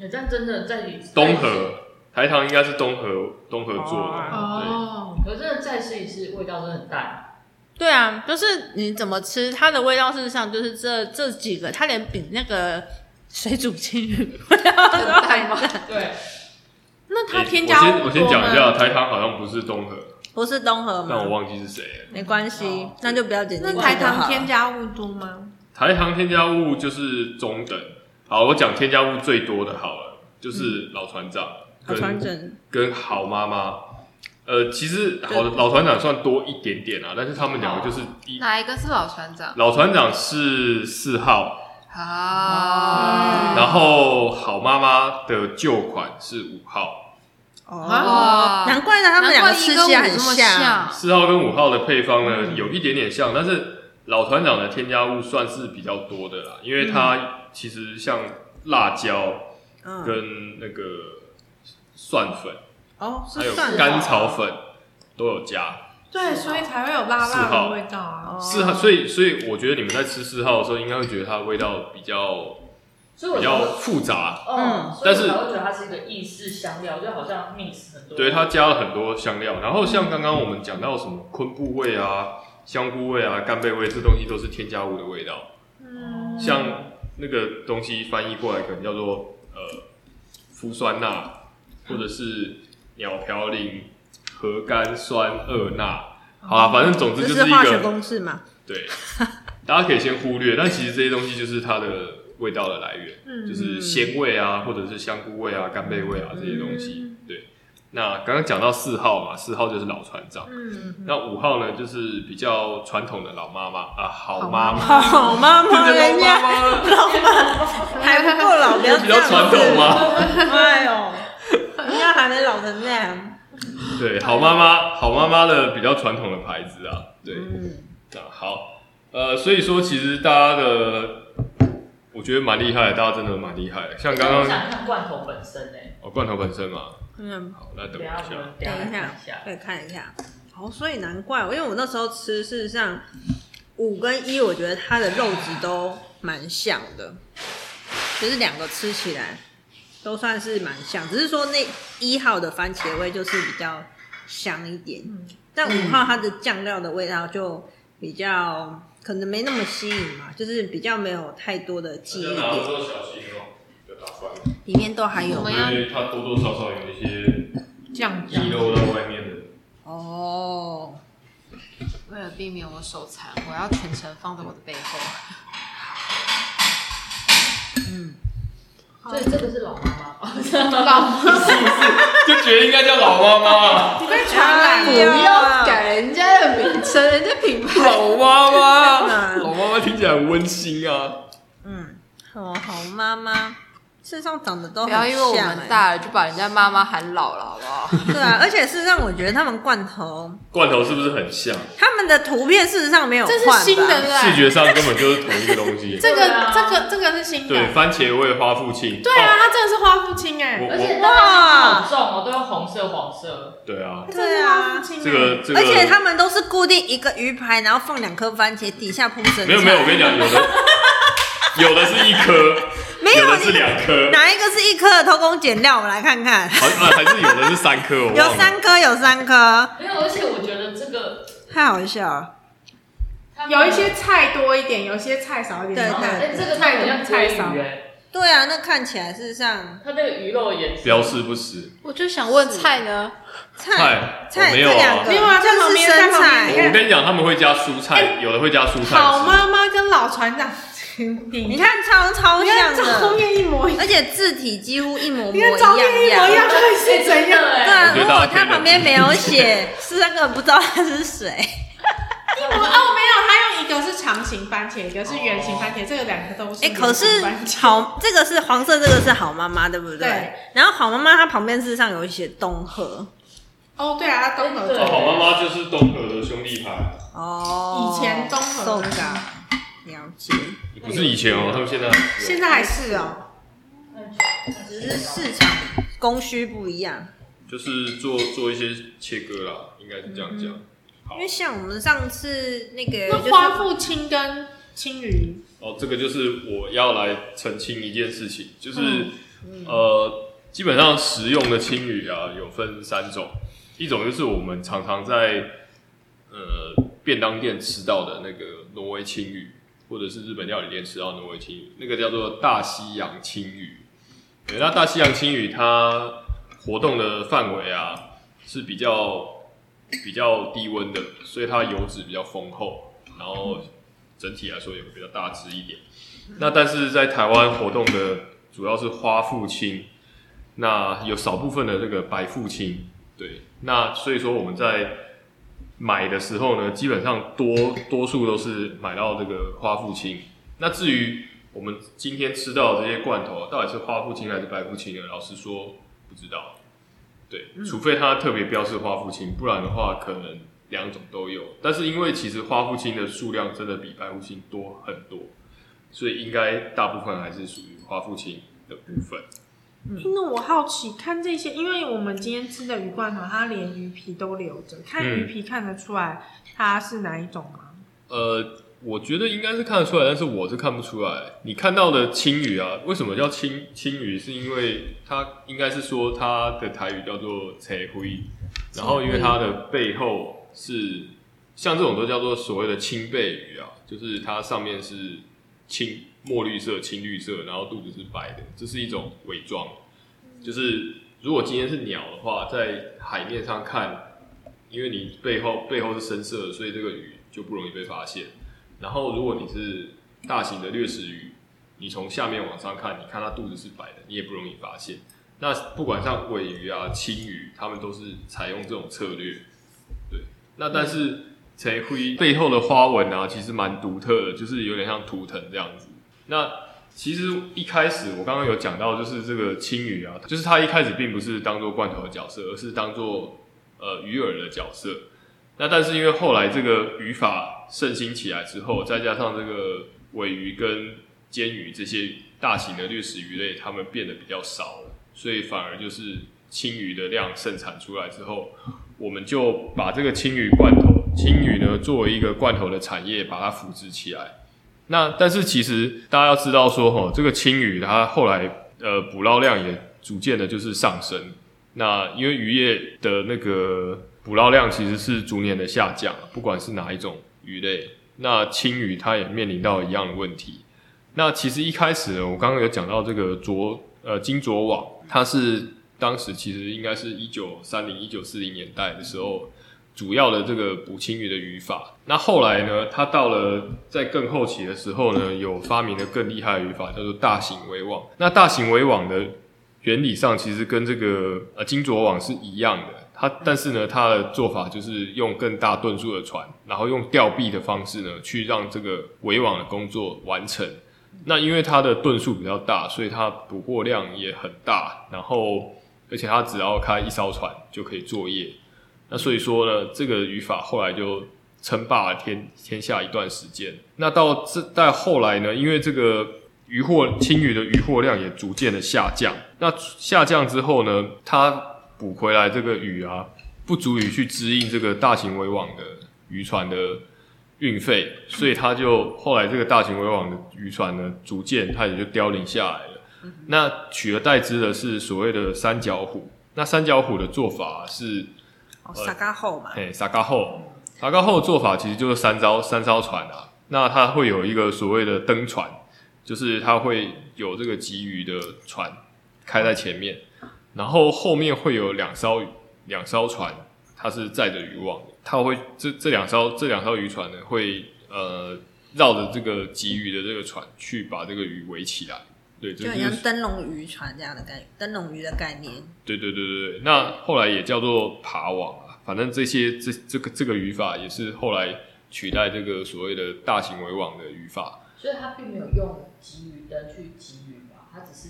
哎但真的在你东，河台糖应该是东河东河做的，哦，可是真的再试一次，味道真的很淡， 对啊，就是你怎么吃，它的味道事实上就是这这几个，它连比那个水煮青鱼味道都还淡。对，那对。诶它添我加先物我先多吗讲一下，台糖好像不是东河，不是东河但我吗？忘记是谁了。没关系哦，那就不要点进去那就台好糖了添加物多吗？台糖添加物就是中等。好，我讲添加物最多的好了，就是嗯老船长好跟、传真跟好妈妈。呃，其实好老船长算多一点点啊，但是他们两个就是一哪一个是老船长？老船长是四号， 啊，然后好妈妈的旧款是五号，啊哦，哇，难怪呢，他们两难怪吃一跟起来五很这么像。像，四号跟五号的配方呢、有一点点像，但是老船长的添加物算是比较多的啦，因为它其实像辣椒嗯，跟那个蒜粉，哦，还是有蒜的甘草粉都有加。对，所以才会有辣四辣号的味道啊。哦四号，所以所以我觉得你们在吃四号的时候，应该会觉得它的味道比较所以我比觉较得，复杂，嗯，但是所以我才会觉得它是一个意式香料，就好像 mix 很多，对，它加了很多香料。然后像刚刚我们讲到什么昆布味啊、香菇味啊、干贝味，这东西都是添加物的味道。嗯，像那个东西翻译过来可能叫做呃氟酸钠，或者是鸟嘌呤核苷酸二钠。好啦，反正总之这就是是一化学个公式嘛？对， 大家可以先忽略，但其实这些东西就是它的味道的来源，嗯就是鲜味啊，或者是香菇味啊、干贝味啊这些东西。对，那刚刚讲到四号嘛，四号就是老船长。嗯，那五号呢，就是比较传统的老妈妈啊，好妈妈，好妈妈，这人 就家老妈妈还不够老，不要比这较样传统吗？子？哎呦，人家还没老成那样。对，好妈妈，好妈妈的比较传统的牌子啊，对，嗯，啊，好，呃，所以说其实大家的，我觉得蛮厉害的，大家真的蛮厉害的。像刚我刚想看罐头本身诶、哦，罐头本身嘛，嗯，好，那等等我一下一下，我们等一等一下下看一下。再看一下。哦，所以难怪，因为我那时候吃，事实上五跟一，我觉得它的肉质都蛮像的，就是两个吃起来都算是蛮像，只是说那一号的番茄味就是比较香一点，嗯但五号它的酱料的味道就比较可能没那么吸引嘛，就是比较没有太多的记忆点，后小心哦，不要打翻，里面都还有我们要因为它多多少少有一些酱遗漏到外面的。哦，为了避免我手残，我要全程放在我的背后。所以这个是老妈妈吗？ 哦就觉得应该叫老妈妈， 你被传哎染了，呦改人家的名称，人家品牌。老妈妈，嗯 老妈妈听起来很温馨啊。嗯，哦，好妈妈，事实上长得都不很要因为我像们欸大了就把人家妈妈喊老了，好不好？对啊，而且事实上我觉得他们罐头，罐头是不是很像？他们的图片事实上没有这换吧是新的，对不视对？觉上根本就是同一个东 西。这对个啊这个这个是新对，的，番茄味花父亲。对啊，它真的是花父亲哎，而我且它好重哦，都用红色、黄色。我对啊，它真的是花父亲哎，这个这个，嗯而且他们都是固定一个鱼排，然后放两颗番茄，底下铺生菜。没有没有，我跟你讲，有 的有的是一颗，没有啊有的是两颗，哪一个是一颗的偷工减料？我们来看看，好像呃还是有的是三颗，我忘了有三颗，有三颗，没有，而且我觉得这个太好笑了。它有一些菜多一点，有一些菜少一点，对然后对哎，这个菜很像多菜鲑少鱼，哎，对啊，那看起来事实上它那个鱼肉的颜色。标示不实。 我就想问菜呢，菜菜菜我这没有啊哦两个没有啊在就旁是边生在旁边菜。我跟你讲，他们会加蔬菜，有的会加蔬菜。好？妈妈跟老船长，你你看超超你像看这后的，面一模一样，而且字体几乎一模模你看照片一一模样 一。样，到底哎是怎样？对哎啊，我觉如得果大家可以他旁边没有写，是那个不知道他是谁。 一模哦，没有，它用一个是长形番茄，一个是圆形番茄，这个两个都是哎、圆可是形番茄。好，这个是黄色，这个是好妈妈，对不对？对然后好妈妈她旁边事实上有写东河哦，对啊，它都合哦作。好妈妈就是东河的兄弟牌，哦，以前东河送嘎，了解，不是以前哦，他们现在现在还是哦，只是市场供需不一样。就是做做一些切割啦，应该是这样讲。好因为像我们上次那个那就是花父亲跟青鱼，哦，这个就是我要来澄清一件事情，就是、呃，基本上食用的青鱼啊，有分三种，一种就是我们常常在呃便当店吃到的那个挪威青鱼，或者是日本料理店吃到的挪威青鱼，那个叫做大西洋青鱼。对，那大西洋青鱼它活动的范围啊是比较比较低温的，所以它油脂比较丰厚，然后整体来说也会比较大只一点。那但是在台湾活动的主要是花父青，那有少部分的这个白父青，对，那所以说我们在买的时候呢，基本上多多数都是买到这个花父青。那至于我们今天吃到的这些罐头到底是花父青还是白父青呢？老实说不知道，对，除非它特别标示花父青，不然的话可能两种都有。但是因为其实花父青的数量真的比白父青多很多，所以应该大部分还是属于花父青的部分。诶那我好奇看这些，因为我们今天吃的鱼罐头，它连鱼皮都留着，看嗯鱼皮看得出来它是哪一种吗？呃，我觉得应该是看得出来，但是我是看不出来。你看到的青鱼啊，为什么叫青青鱼？是因为它应该是说它的台语叫做彩灰，然后因为它的背后是像这种都叫做所谓的青背鱼啊，就是它上面是青墨绿色、青绿色，然后肚子是白的，这是一种伪装。就是如果今天是鸟的话，在海面上看因为你背后背后是深色的，所以这个鱼就不容易被发现。然后如果你是大型的掠食鱼，你从下面往上看，你看它肚子是白的，你也不容易发现。那不管像尾鱼啊、青鱼，他们都是采用这种策略。对，那但是陈灰背后的花纹啊，其实蛮独特的，就是有点像图腾这样子。那其实一开始我刚刚有讲到，就是这个青鱼啊，就是它一开始并不是当做罐头的角色，而是当做呃鱼饵的角色。那但是因为后来这个语法盛行起来之后，再加上这个尾鱼跟煎鱼这些大型的掠食鱼类，它们变得比较少了，所以反而就是青鱼的量盛产出来之后，我们就把这个青鱼罐头，青鱼呢作为一个罐头的产业，把它扶植起来。那但是其实大家要知道说，吼，这个青鱼它后来呃捕捞量也逐渐的就是上升。那因为渔业的那个捕捞量其实是逐年的下降，不管是哪一种鱼类，那青鱼它也面临到一样的问题。那其实一开始呢我刚刚有讲到这个卓呃金卓网，它是当时其实应该是一九三零一九四零年代的时候主要的这个捕青鱼的语法。那后来呢，它到了在更后期的时候呢，有发明了更厉害的语法，叫做大型围网。那大型围网的原理上其实跟这个呃金卓网是一样的，它但是呢，它的做法就是用更大吨数的船，然后用吊臂的方式呢，去让这个围网的工作完成。那因为它的吨数比较大，所以它捕获量也很大，然后而且它只要开一艘船就可以作业。那所以说呢，这个语法后来就称霸了天天下一段时间。那到这在后来呢，因为这个渔获青鱼的渔获量也逐渐的下降。那下降之后呢，它捕回来这个鱼啊，不足以去支应这个大型围网的渔船的运费，所以它就后来这个大型围网的渔船呢，逐渐它也就凋零下来了。那取而代之的是所谓的三角虎。那三角虎的做法是呃哦，萨嘎后嘛，哎，撒嘎后，撒嘎后的做法其实就是三艘三艘船啊。那它会有一个所谓的登船，就是它会有这个鲫鱼的船开在前面，然后后面会有两艘两艘船，它是载着渔网的，它会这这两艘这两艘渔船呢会呃绕着这个鲫鱼的这个船去把这个鱼围起来。对，这就就很是像灯笼渔船这样的概念，灯笼鱼的概念。对对对对对，那后来也叫做爬网啊，反正这些这这个这个语法也是后来取代这个所谓的大型围网的语法。所以他并没有用鲫鱼灯去鲫鱼吧，他只是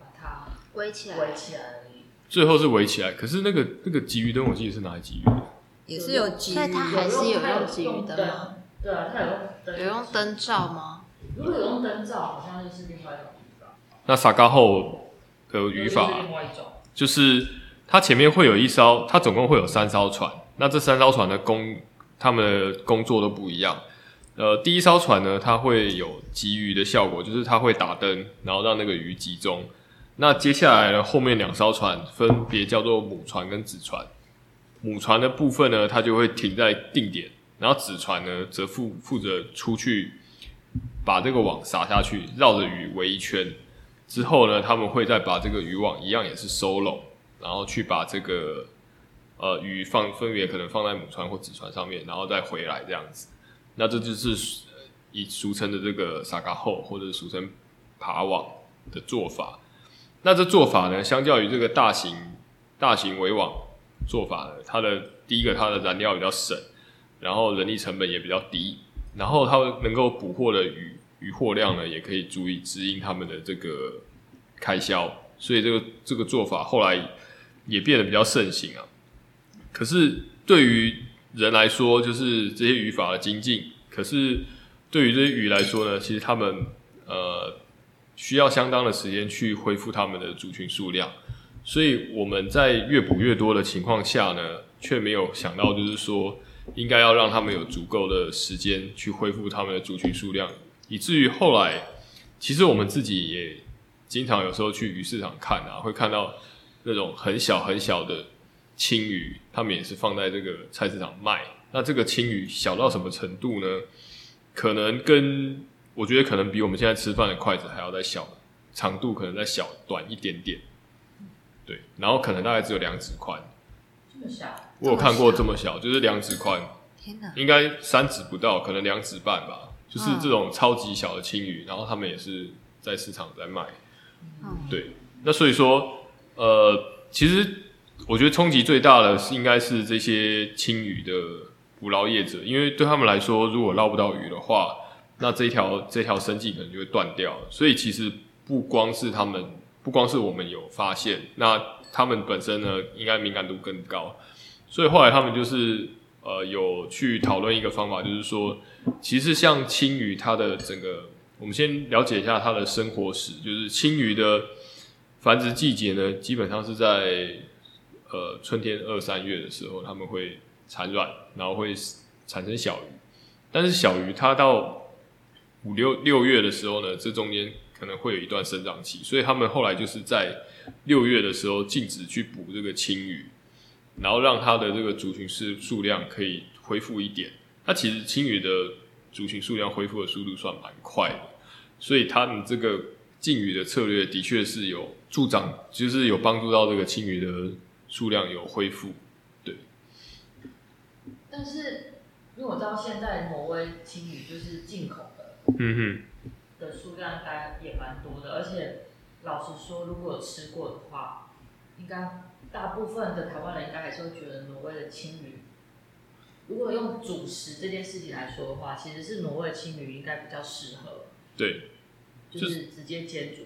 把它围起围起来而已。最后是围起来，可是那个那个鲫鱼灯，我记得是哪一鲫鱼的？也是有鲫所以它鱼，还是有他用鲫鱼灯吗灯？对啊，他有用灯。有用灯罩吗？如果有用灯罩，好像就是另外一种语法。那撒嘎后的语法啊就是另外一种。就是它前面会有一艘，它总共会有三艘船。那这三艘船的工，他们的工作都不一样。呃，第一艘船呢，它会有集鱼的效果，就是它会打灯，然后让那个鱼集中。那接下来呢，后面两艘船分别叫做母船跟子船。母船的部分呢，它就会停在定点，然后子船呢，则负负责出去把这个网撒下去，绕着鱼围一圈。之后呢，他们会再把这个渔网一样也是收拢，然后去把这个呃鱼放分别可能放在母船或子船上面，然后再回来这样子。那这就是呃以俗称的这个撒嘎后或者俗称爬网的做法。那这做法呢，相较于这个大型大型围网做法呢，它的第一个它的燃料比较省，然后人力成本也比较低，然后它能够捕获的鱼鱼获量呢，也可以足以支应他们的这个开销，所以这个这个做法后来也变得比较盛行啊。可是对于人来说，就是这些语法的精进，可是对于这些鱼来说呢，其实他们呃需要相当的时间去恢复他们的族群数量，所以我们在越捕越多的情况下呢，却没有想到就是说。应该要让他们有足够的时间去恢复他们的族群数量，以至于后来，其实我们自己也经常有时候去鱼市场看啊，会看到那种很小很小的青鱼，他们也是放在这个菜市场卖。那这个青鱼小到什么程度呢？可能跟我觉得可能比我们现在吃饭的筷子还要再小，长度可能再小短一点点，对，然后可能大概只有两指宽。这么小，我有看过这么小，就是两指宽，天哪！应该三指不到，可能两指半吧。就是这种超级小的青鱼，然后他们也是在市场在卖。嗯对，那所以说呃，其实我觉得冲击最大的是应该是这些青鱼的捕捞业者，因为对他们来说，如果捞不到鱼的话，那这条这条生计可能就会断掉了。所以其实不光是他们，不光是我们有发现，那他们本身呢，应该敏感度更高。所以后来他们就是呃有去讨论一个方法，就是说，其实像青鱼它的整个，我们先了解一下它的生活史，就是青鱼的繁殖季节呢，基本上是在呃春天二三月的时候，它们会产卵，然后会产生小鱼。但是小鱼它到五六六月的时候呢，这中间可能会有一段生长期，所以他们后来就是在六月的时候禁止去捕这个青鱼。然后让它的这个族群是数量可以恢复一点。它其实青鱼的族群数量恢复的速度算蛮快的，所以他们这个禁渔的策略的确是有助长，就是有帮助到这个青鱼的数量有恢复。但是因为我知道现在挪威青鱼就是进口的嗯的数量应该也蛮多的，而且老实说，如果有吃过的话，应该大部分的台湾人应该还是会觉得挪威的青鱼，如果用主食这件事情来说的话，其实是挪威的青鱼应该比较适合，哼，对，就是直接煎煮。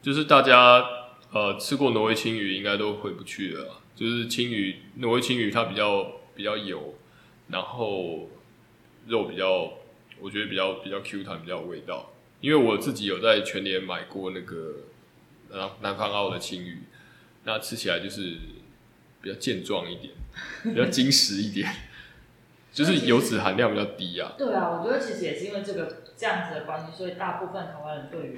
就是大家呃吃过挪威青鱼应该都回不去了啊，就是青鱼挪威青鱼它比较比较油，然后肉比较我觉得比较比较 Q 弹，比较有味道。因为我自己有在全联买过那个南南方澳的青鱼，那吃起来就是比较健壮一点，比较精实一点，就是油脂含量比较低啊。对啊，我觉得其实也是因为这个这样子的关系，所以大部分台湾人对于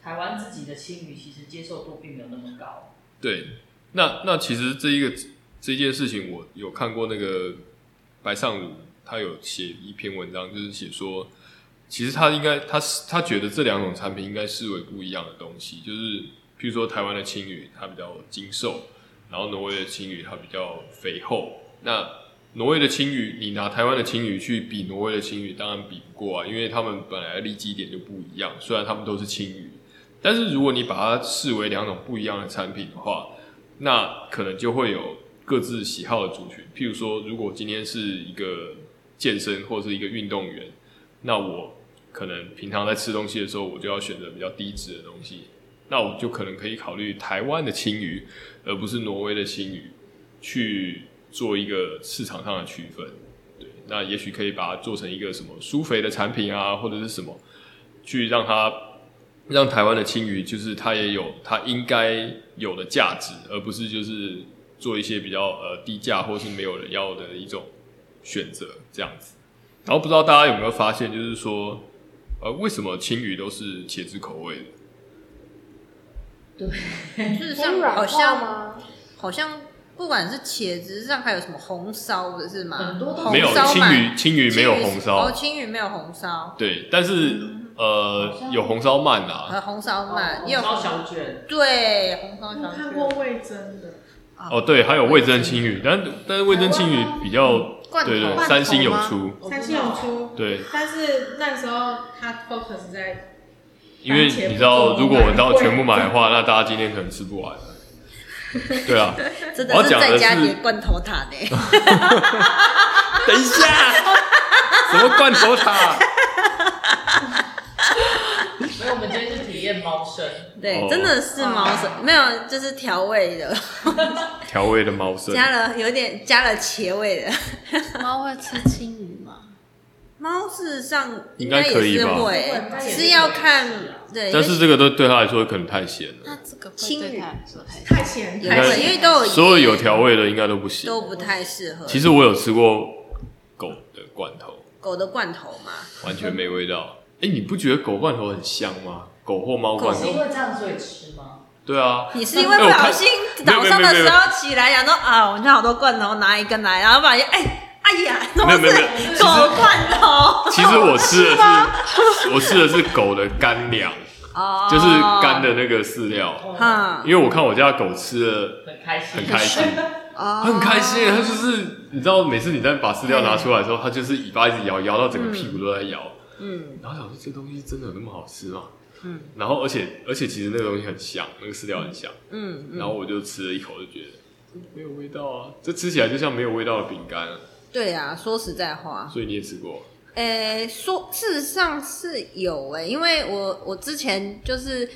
台湾自己的青鱼其实接受度并没有那么高。对，那那其实这一个这件事情，我有看过那个白尚武，他有写一篇文章，就是写说，其实他应该他是他觉得这两种产品应该视为不一样的东西，就是譬如说台湾的青鱼它比较精瘦，然后挪威的青鱼它比较肥厚，那。挪威的青鱼，你拿台湾的青鱼去比挪威的青鱼，当然比不过啊，因为他们本来的立基点就不一样。虽然他们都是青鱼，但是如果你把它视为两种不一样的产品的话，那可能就会有各自喜好的族群。譬如说，如果今天是一个健身或是一个运动员，那我可能平常在吃东西的时候，我就要选择比较低脂的东西。那我就可能可以考虑台湾的青鱼，而不是挪威的青鱼，去做一个市场上的区分。对，那也许可以把它做成一个什么苏肥的产品啊，或者是什么，去让它让台湾的青鱼，就是它也有它应该有的价值，而不是就是做一些比较呃低价或是没有人要的一种选择这样子。然后不知道大家有没有发现，就是说，呃，为什么青鱼都是茄子口味的？就是像好像好像不管是茄子上还有什么红烧的是吗？很多都红没有烧青鳗鱼，青鱼没有红哦，烧，青鱼没嗯有红烧，对，但是好呃像有红烧鳗啊，和红烧鳗也有哦红烧小卷，对红烧我小看卷过味增的，哦对，还有味增青鱼，但但是味增青鱼比较哦罐头对对，罐三星有头吗出，我不知道三星有出，对，但是那时候他 focus 在因为你知道，如果我到全部买的 话，那大家今天可能吃不完了。对啊，真我的要讲是的在家是点罐头塔呢。 等一下，什么罐头塔？所以我们今天是体验猫生。对，哦真的是猫哦生，没有就是调味的，调味的猫生，加了有点加了茄味的。猫会吃青鱼吗？猫事实上应该该可以也是吧会，应该只也是是要可以看吃啊对，但是这个都对他来说可能太咸了，嗯那这个会青对鱼它来说太太咸，应也该太会，是因咸为都有所有有调味的应该都不行。都不太适合。其实我有吃过狗的罐头，狗的罐头嘛，完全没味道。哎，你不觉得狗罐头很香吗？狗或猫罐狗是头因，为这样所以吃吗？对啊，你是因为不哎我看小心早上的时候起来，想说啊，我家好多罐头，拿一根来，然后发现哎，哎呀，怎么没有没有没是狗罐头？其实我吃 的是 我吃的是狗的干粮，哦，就是干，的那个饲料。哦哈因，为我看我家的狗吃了很开心，很开心，哦，很开心，它就是你知道，每次你在把饲料拿出来的时候，它就是尾巴一直摇，摇到整个屁股都在摇。嗯，然后想说这东西真的有那么好吃吗？嗯然后而且而且其实那个东西很香，那个饲料很香，嗯然后嗯，我就吃了一口就觉得嗯没有味道啊，这吃起来就像没有味道的饼干啊，对啊，说实在话，所以你也吃过，诶、说事实上是有诶、因为我我之前就是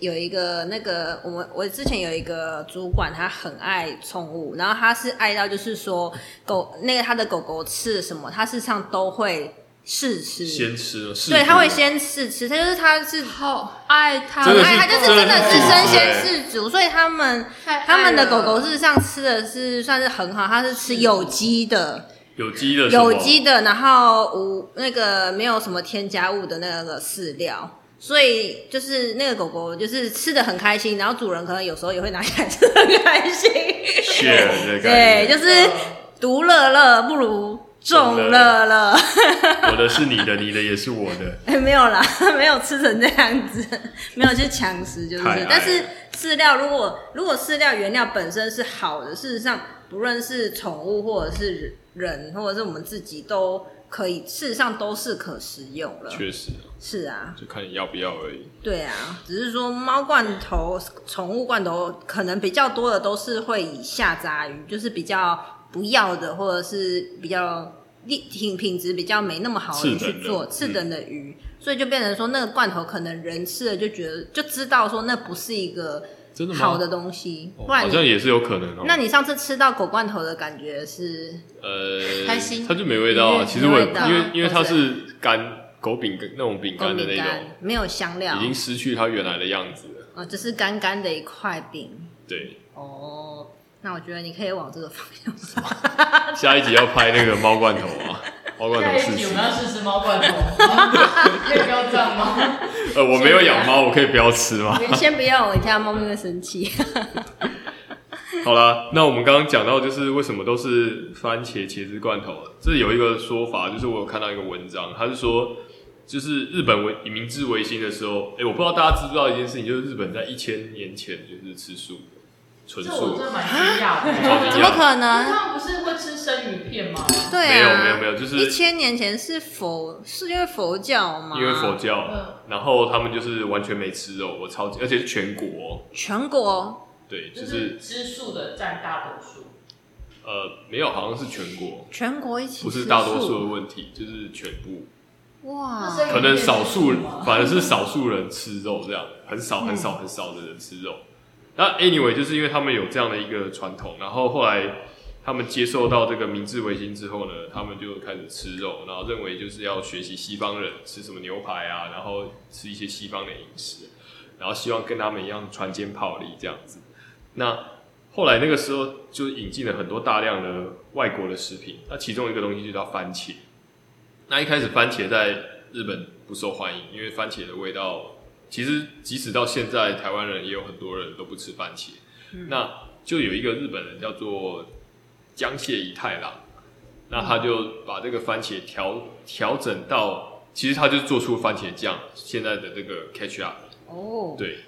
有一个那个我们我之前有一个主管，他很爱宠物，然后他是爱到就是说狗那个他的狗狗吃什么，他事实上都会试吃，先吃了，试对，过他会先试吃，他就是他是好爱它，真的是哎，他就是真的是真的身是先士卒，所以他们太爱他们的狗狗了事实上吃的是算是很好，它是吃有机的，有机的有机的的，然后无那个没有什么添加物的那个饲料。所以就是那个狗狗就是吃的很开心，然后主人可能有时候也会拿起来吃的很 开心，血 的感对，觉，就是独乐乐不如众乐乐。我的是你的，你的也是我的，哎、 没有啦，没有吃成这样子， 没有去抢食，就是太矮了。但是饲料如果如果饲料原料本身是好的，事实上不论是宠物或者是人，或者是我们自己都可以，事实上都是可食用 了。确实啊是啊，就看你要不要而已。对啊，只是说猫罐头、宠物罐头可能比较多的都是会以下杂鱼，就是比较不要的，或者是比较利品品质比较没那么好次的等的去做次嗯等的鱼，所以就变成说那个罐头可能人吃了就觉得就知道说那不是一个真的吗好的东西，哦不然好像你也是有可能哦。那你上次吃到狗罐头的感觉是呃，开心它就没味道啊。没其实我也味道因为因为它都是是干狗饼干那种饼狗干的那饼干种，没有香料已，经失去它原来的样子了。啊，只是干干的一块饼对，哦。那我觉得你可以往这个方向发展。下一集要拍那个猫罐头啊，猫罐下头一试集我试们。要试试猫罐头， 可以不要这样吗？呃，我没有养猫，我可以不要吃吗？先不要，我家猫咪会生 气。好啦，那我们刚刚讲到就是为什么都是番茄茄子罐头，这有一个说法，就是我有看到一个文章，他是说。就是日本为明治维新的时候，哎、我不知道大家知不知道一件事情，就是日本在一千年前就是吃素，纯这我素真，的蛮惊讶的。 超级怎么可能？他们不是会吃生鱼片吗？对没有啊，没有没有，就一是千年前是佛，是因为佛教吗？因为佛教，嗯然后他们就是完全没吃肉，我超级，而且是全国哦，全国对，就就是嗯是吃素的占大多数，呃没有，好像是全国，全国一起不吃是素大多数的问题，就是全部，哇，所以可能少数你也是吗，反而是少数人吃肉这样，很少很少很少的人吃肉。那 anyway，就是因为他们有这样的一个传统，然后后来他们接受到这个明治维新之后呢，他们就开始吃肉，然后认为就是要学习西方人吃什么牛排啊，然后吃一些西方的饮食，然后希望跟他们一样船坚炮利这样子。那后来那个时候就引进了很多大量的外国的食品，那其中一个东西就叫番茄。那一开始番茄在日本不受欢迎，因为番茄的味道，其实即使到现在，台湾人也有很多人都不吃番茄。那就有一个日本人叫做江蟹一太郎，那他就把这个番茄调调整到，其实他就做出番茄酱现在的这个 ketchup。哦，对，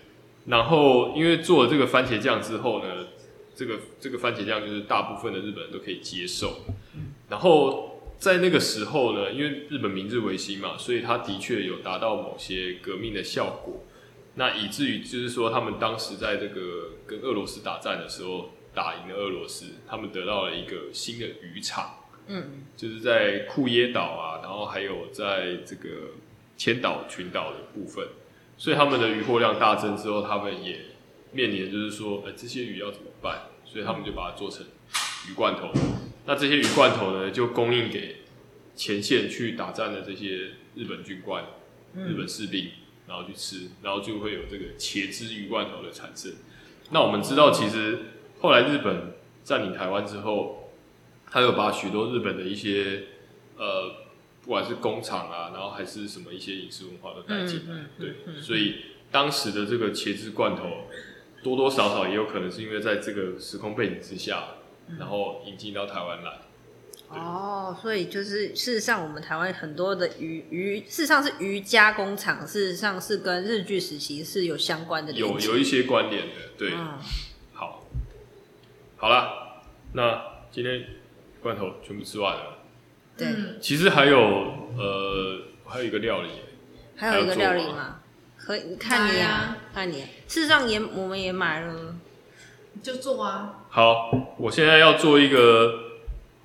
然后因为做了这个番茄酱之后呢，这个这个番茄酱就是大部分的日本人都可以接受。然后在那个时候呢，因为日本明治维新嘛，所以它的确有达到某些革命的效果。那以至于就是说，他们当时在这个跟俄罗斯打战的时候，打赢了俄罗斯，他们得到了一个新的渔场。嗯，就是在库页岛啊，然后还有在这个千岛群岛的部分，所以他们的渔获量大增之后，他们也面临就是说，呃，这些鱼要怎么办？所以他们就把它做成鱼罐头。那这些鱼罐头呢，就供应给前线去打仗的这些日本军官、嗯日本士兵，然后去吃，然后就会有这个茄汁鱼罐头的产生。那我们知道，其实后来日本占领台湾之后，他有把许多日本的一些呃，不管是工厂啊，然后还是什么一些饮食文化都带进来，嗯嗯对，嗯嗯所以当时的这个茄汁罐头，多多少少也有可能是因为在这个时空背景之下，然后引进到台湾来，哦，所以就是事实上，我们台湾很多的鱼鱼，事实上是鱼加工厂，事实上是跟日剧时期是有相关的有连接有一些关联的，对，嗯好，好啦，那今天罐头全部吃完了，对，嗯其实还有呃，还有一个料理，还有一个料理还有做嘛，可以看你买啊啊，看你、啊。事实上也我们也买了，哦就做啊，好，我现在要做一个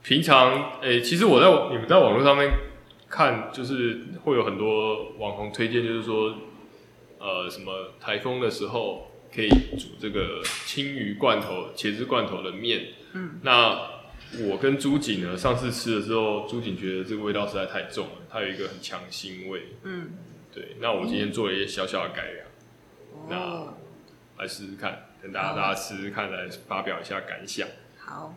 平常，诶、其实我在你们在网络上面看，就是会有很多网红推荐，就是说，呃，什么台风的时候可以煮这个青鱼罐头、茄子罐头的面。嗯，那我跟朱景呢，上次吃的时候，朱景觉得这个味道实在太重了，它有一个很强腥味。嗯，对，那我今天做了一些小小的改良，哦，来试试看，跟大家大家试试看，来发表一下感想。好，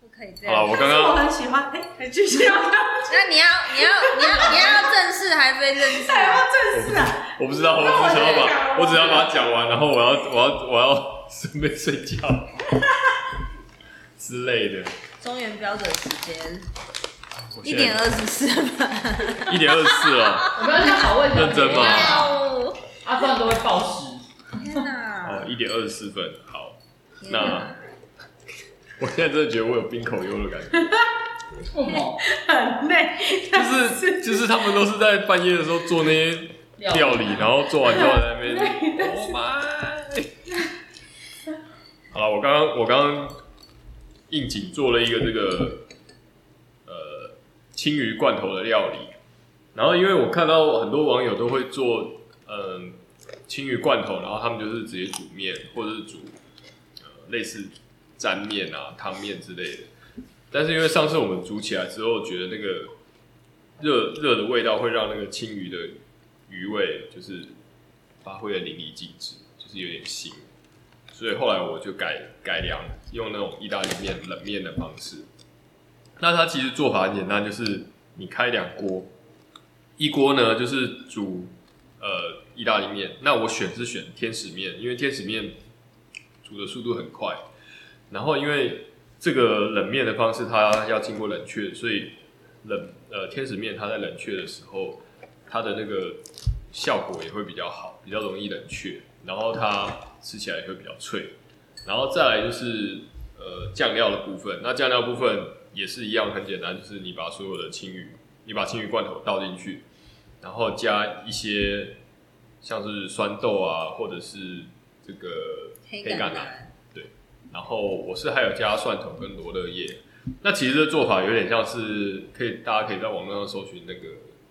不可以这好了，样。我刚刚但是我很喜欢，哎、还继续 要讲，那你要你要你要你要正式还非正式还啊？要正式啊，我不知道，我那我只想要再讲把，完我只要把它讲完，然后我要，我要，我要准备睡觉之类的。中原标准时间我一现点在二十四分。一点二四哦了，我们要先好问一下认真吗哦，啊，不然都会暴食。天哪哦，！一点二十四分，好，天那哪我现在真的觉得我有冰口优的感觉，为什么？很累，就是就是他们都是在半夜的时候做那些 料理，然后做完之后在那 边，我妈！好了，我刚刚我刚刚应景做了一个这个呃青鱼罐头的料理，然后因为我看到很多网友都会做嗯、青鱼罐头，然后他们就是直接煮面或者是煮、呃、类似沾面啊汤面之类的，但是因为上次我们煮起来之后，觉得那个热热的味道会让那个青鱼的余味就是发挥的淋漓尽致，就是有点腥，所以后来我就改改良，用那种意大利面冷面的方式。那它其实做法很简单，就是你开两锅，一锅呢就是煮呃意大利面，那我选是选天使面，因为天使面煮的速度很快，然后因为这个冷面的方式它要经过冷却，所以冷呃天使面它在冷却的时候它的那个效果也会比较好，比较容易冷却，然后它吃起来也会比较脆。然后再来就是呃酱料的部分，那酱料部分也是一样很简单，就是你把所有的青鱼，你把青鱼罐头倒进去，然后加一些像是酸豆啊，或者是这个黑橄橄榄，榄，然后我是还有加蒜头跟罗勒叶。那其实这做法有点像是可以，大家可以在网络上搜寻那个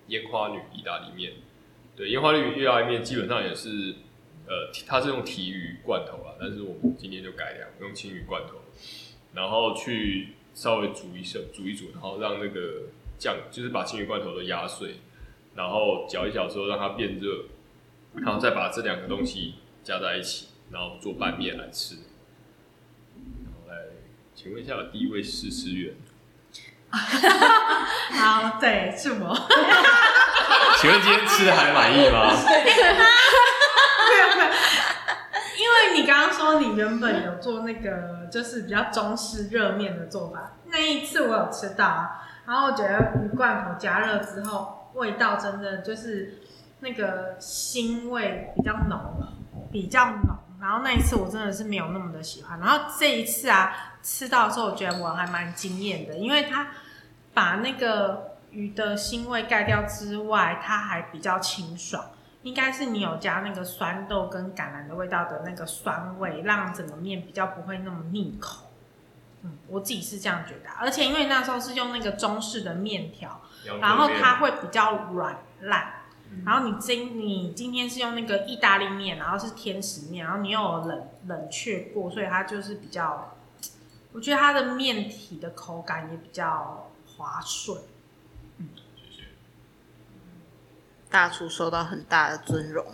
烟花女意大利面。对，烟花女意大利面基本上也是，呃，它是用提鱼罐头啊，但是我们今天就改良用青鱼罐头，然后去稍微煮一下，煮一煮，然后让那个酱就是把青鱼罐头都压碎，然后搅一搅之后让它变热，然后再把这两个东西加在一起，然后做拌面来吃。来，请问一下，我第一位试吃员，好，对，是我，请问今天吃的还满意吗？因为你刚刚说你原本有做那个就是比较中式热面的做法，那一次我有吃到啊，然后我觉得鱼罐头加热之后，味道真的就是那个腥味比较浓了，比较浓。然后那一次我真的是没有那么的喜欢，然后这一次啊吃到的时候，我觉得我还蛮惊艳的，因为它把那个鱼的腥味盖掉之外，它还比较清爽。应该是你有加那个酸豆跟橄榄的味道的那个酸味，让整个面比较不会那么腻口。嗯，我自己是这样觉得啊，而且因为那时候是用那个中式的面嗯条，然后它会比较软烂。然后你今你今天是用那个意大利面，然后是天使面，然后你又有冷冷却过，所以它就是比较，我觉得它的面体的口感也比较滑顺。大厨受到很大的尊荣，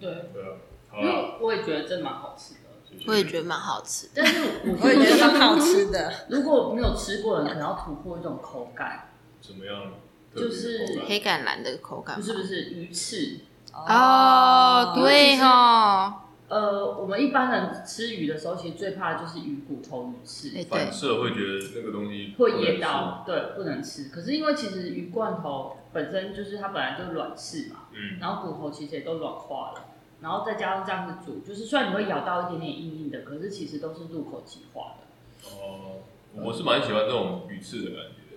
对，对啊，好因啊，为我也觉得这蛮好吃的，我也觉得蛮好吃的。但是我我也觉得蛮好吃的。如果没有吃过的人，可能要突破一种口感，怎么样？就是黑橄榄的口感不吗是不是鱼翅。哦，对哦，呃，我们一般人吃鱼的时候，其实最怕的就是鱼骨头、鱼翅，哎对反，射会觉得那个东西会噎到，对，不能吃。可是因为其实鱼罐头本身就是它本来就软翅嘛，嗯，然后骨头其实也都软化了，然后再加上这样子煮，就是虽然你会咬到一点点硬硬的，可是其实都是入口即化的。哦，我是蛮喜欢这种鱼翅的感觉，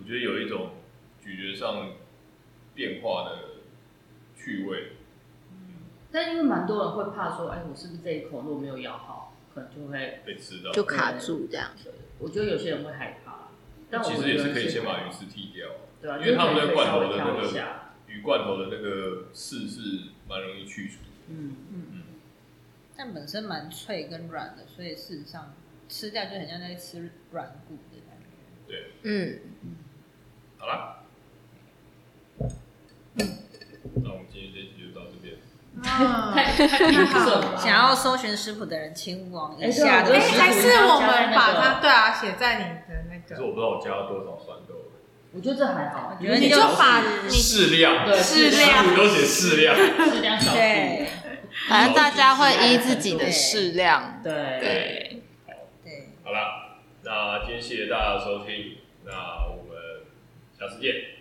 我觉得有一种咀嚼上变化的趣味。但因为蛮多人会怕说，哎，我是不是这一口如果没有咬好，可能就会，被吃到，就卡住这样。我觉得有些人会害怕。但我其觉实也是得可以是先把鱼，翅剔掉，对啊，因为他们就是那可以罐稍头微的挑那一个下鱼罐头的那个刺是蛮容易去除的。嗯，嗯，但本身蛮脆跟软的，所以事实上吃掉就很像在吃软骨的感觉。嗯，好啦，那我们今天这一集就到这边。啊， 太太平顺了。想要搜寻食谱的人，请往以啊哎对下我的觉哎，得食谱还是我们把加在那它个对啊写在你的那可是个，我不知道我加了多少酸豆，我觉得这还好，我觉得你就嗯就把你适量，对适量食谱都写适量。适量小对数，反正大家会依自己的适量。对，对，对。好啦，那今天谢谢大家的收听，那我们下次见，